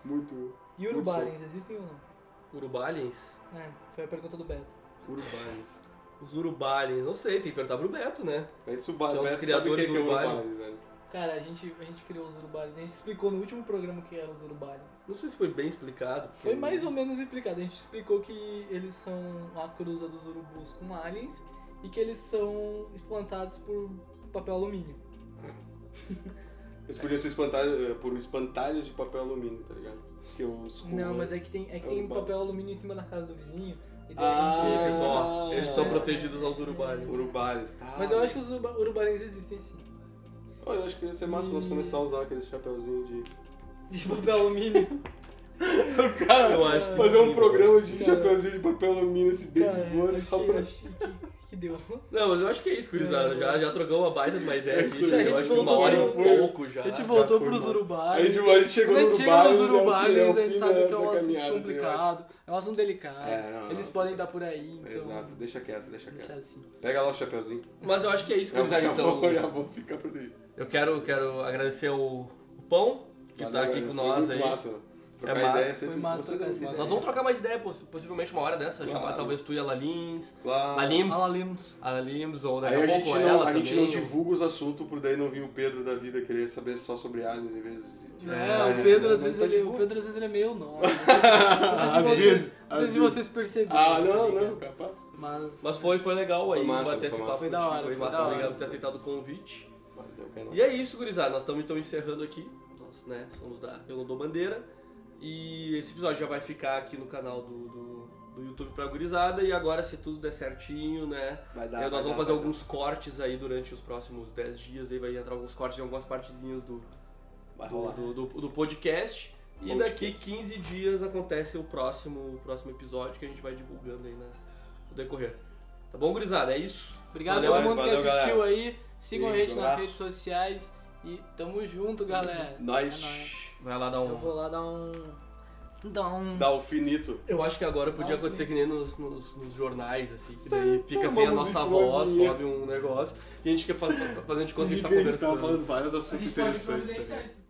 muito E urubárens, existem ou não? Urubaliens? É, foi a pergunta do Beto. urbanos. Os Urubaliens, não sei, tem que perguntar pro Beto, né? Aí tu Que é um dos sabe o que criadores é que é do Vale. urbano, velho. Cara, a gente, a gente criou os urubárens. A gente explicou no último programa o que eram os urubárens. Não sei se foi bem explicado. porque- Foi mais ou menos explicado. A gente explicou que eles são a cruza dos urubus com aliens e que eles são explantados por papel alumínio. Eles podiam ser espantalhos eh, por espantalhos de papel alumínio, tá ligado? Que os Não, mas é que tem, é que tem Urubus. papel alumínio em cima da casa do vizinho. E daí a Ah, gente- Sim, pessoal, eles estão é. protegidos aos Urubaliens. Urubales, tá? Mas eu acho que os uruba- urubarens existem sim. Pô, eu acho que ia ser massa nós começar a usar aqueles chapeuzinhos de... De papel alumínio. Cara, Eu acho que fazer sim, né? um programa mas- de Cara. chapeuzinho de papel alumínio, esse beijo Cara, de boa, só achei- pra... achei que, que deu. Não, mas eu acho que é isso, gurizada. É. Já, já trocou uma baita de uma ideia É aqui. isso Já, aí, a eu gente acho que voltou uma hora um eu fui- pouco já. a gente já voltou foi pros massa. urubarens. Aí de a gente chegou Quando a no gente chega Urubalho, nos urubários, a gente sabe que é um da assunto caminhada, eu complicado, é um assunto delicado. É, não, não, Eles não. podem dar por aí, acho. então. Exato, deixa quieto, deixa Deixa quieto. assim. Pega lá o chapeuzinho. um Mas eu acho que é isso, Eu já, gurizada, então. vou, já vou ficar por aí. Eu quero, quero agradecer o, o Pão, que Valeu, tá aqui galera, foi com nós muito aí. Massa, mano. Trocar massa, ideia é foi sempre massa vocês trocar é essa massa. ideia. Nós vamos trocar mais ideia, poss- possivelmente uma hora dessa, Claro. chamar talvez tu e a Lalins, Claro. Lalins. Fala, Lemos. a Lalims, ou daqui Aí a a gente, pouco não, ela a gente também. não divulga os assuntos, por daí não vir o Pedro da vida querer saber só sobre aliens em vez de... de escutar a É, o gente, Pedro, né? às Mas vezes, tá de ele, o boa. Pedro às vezes ele é meio não. Não sei se vocês, Às não vezes, às sei se vezes. vocês perceberam. né? Ah, não, não, capaz. Mas, Mas foi, foi legal Foi aí massa, bater foi esse massa. papo Foi da hora, contigo, foi massa, da hora. obrigado por ter aceitado o convite. Valeu, que é nóis. E é isso, gurizada, nós estamos então encerrando aqui. Nós, né, somos da Eu Não Dou Bandeira. E esse episódio já vai ficar aqui no canal do, do, do YouTube pra gurizada. E agora, se tudo der certinho, né, Vai dar, É, vai nós vamos dar, fazer vai alguns cortes aí durante os próximos 10 dias, aí vai entrar alguns cortes em algumas partezinhas do, dar. Vai do, rolar. do, do- do podcast. E Podcast. daqui 15 dias acontece o próximo, o próximo episódio que a gente vai divulgando aí na, no decorrer. Tá bom, gurizada? É isso. obrigado a Valeu, todo mundo que valeu, assistiu aí. Sigam a Beijo, gente nas abraço. redes sociais. E tamo junto, galera. É nóis. Nós... Vai lá dar um. Eu vou lá dar um. Dar um. Dá o finito. Eu acho que agora podia Nossa, acontecer que nem nos, nos- nos jornais, assim, que daí fica tá, sem a uma nossa musiquinha. voz, sobe um negócio, e a gente quer fa- fa- fazendo de conta que a gente tá conversando. falando vários A assuntos gente pode interessantes. tá providenciar ligado? isso.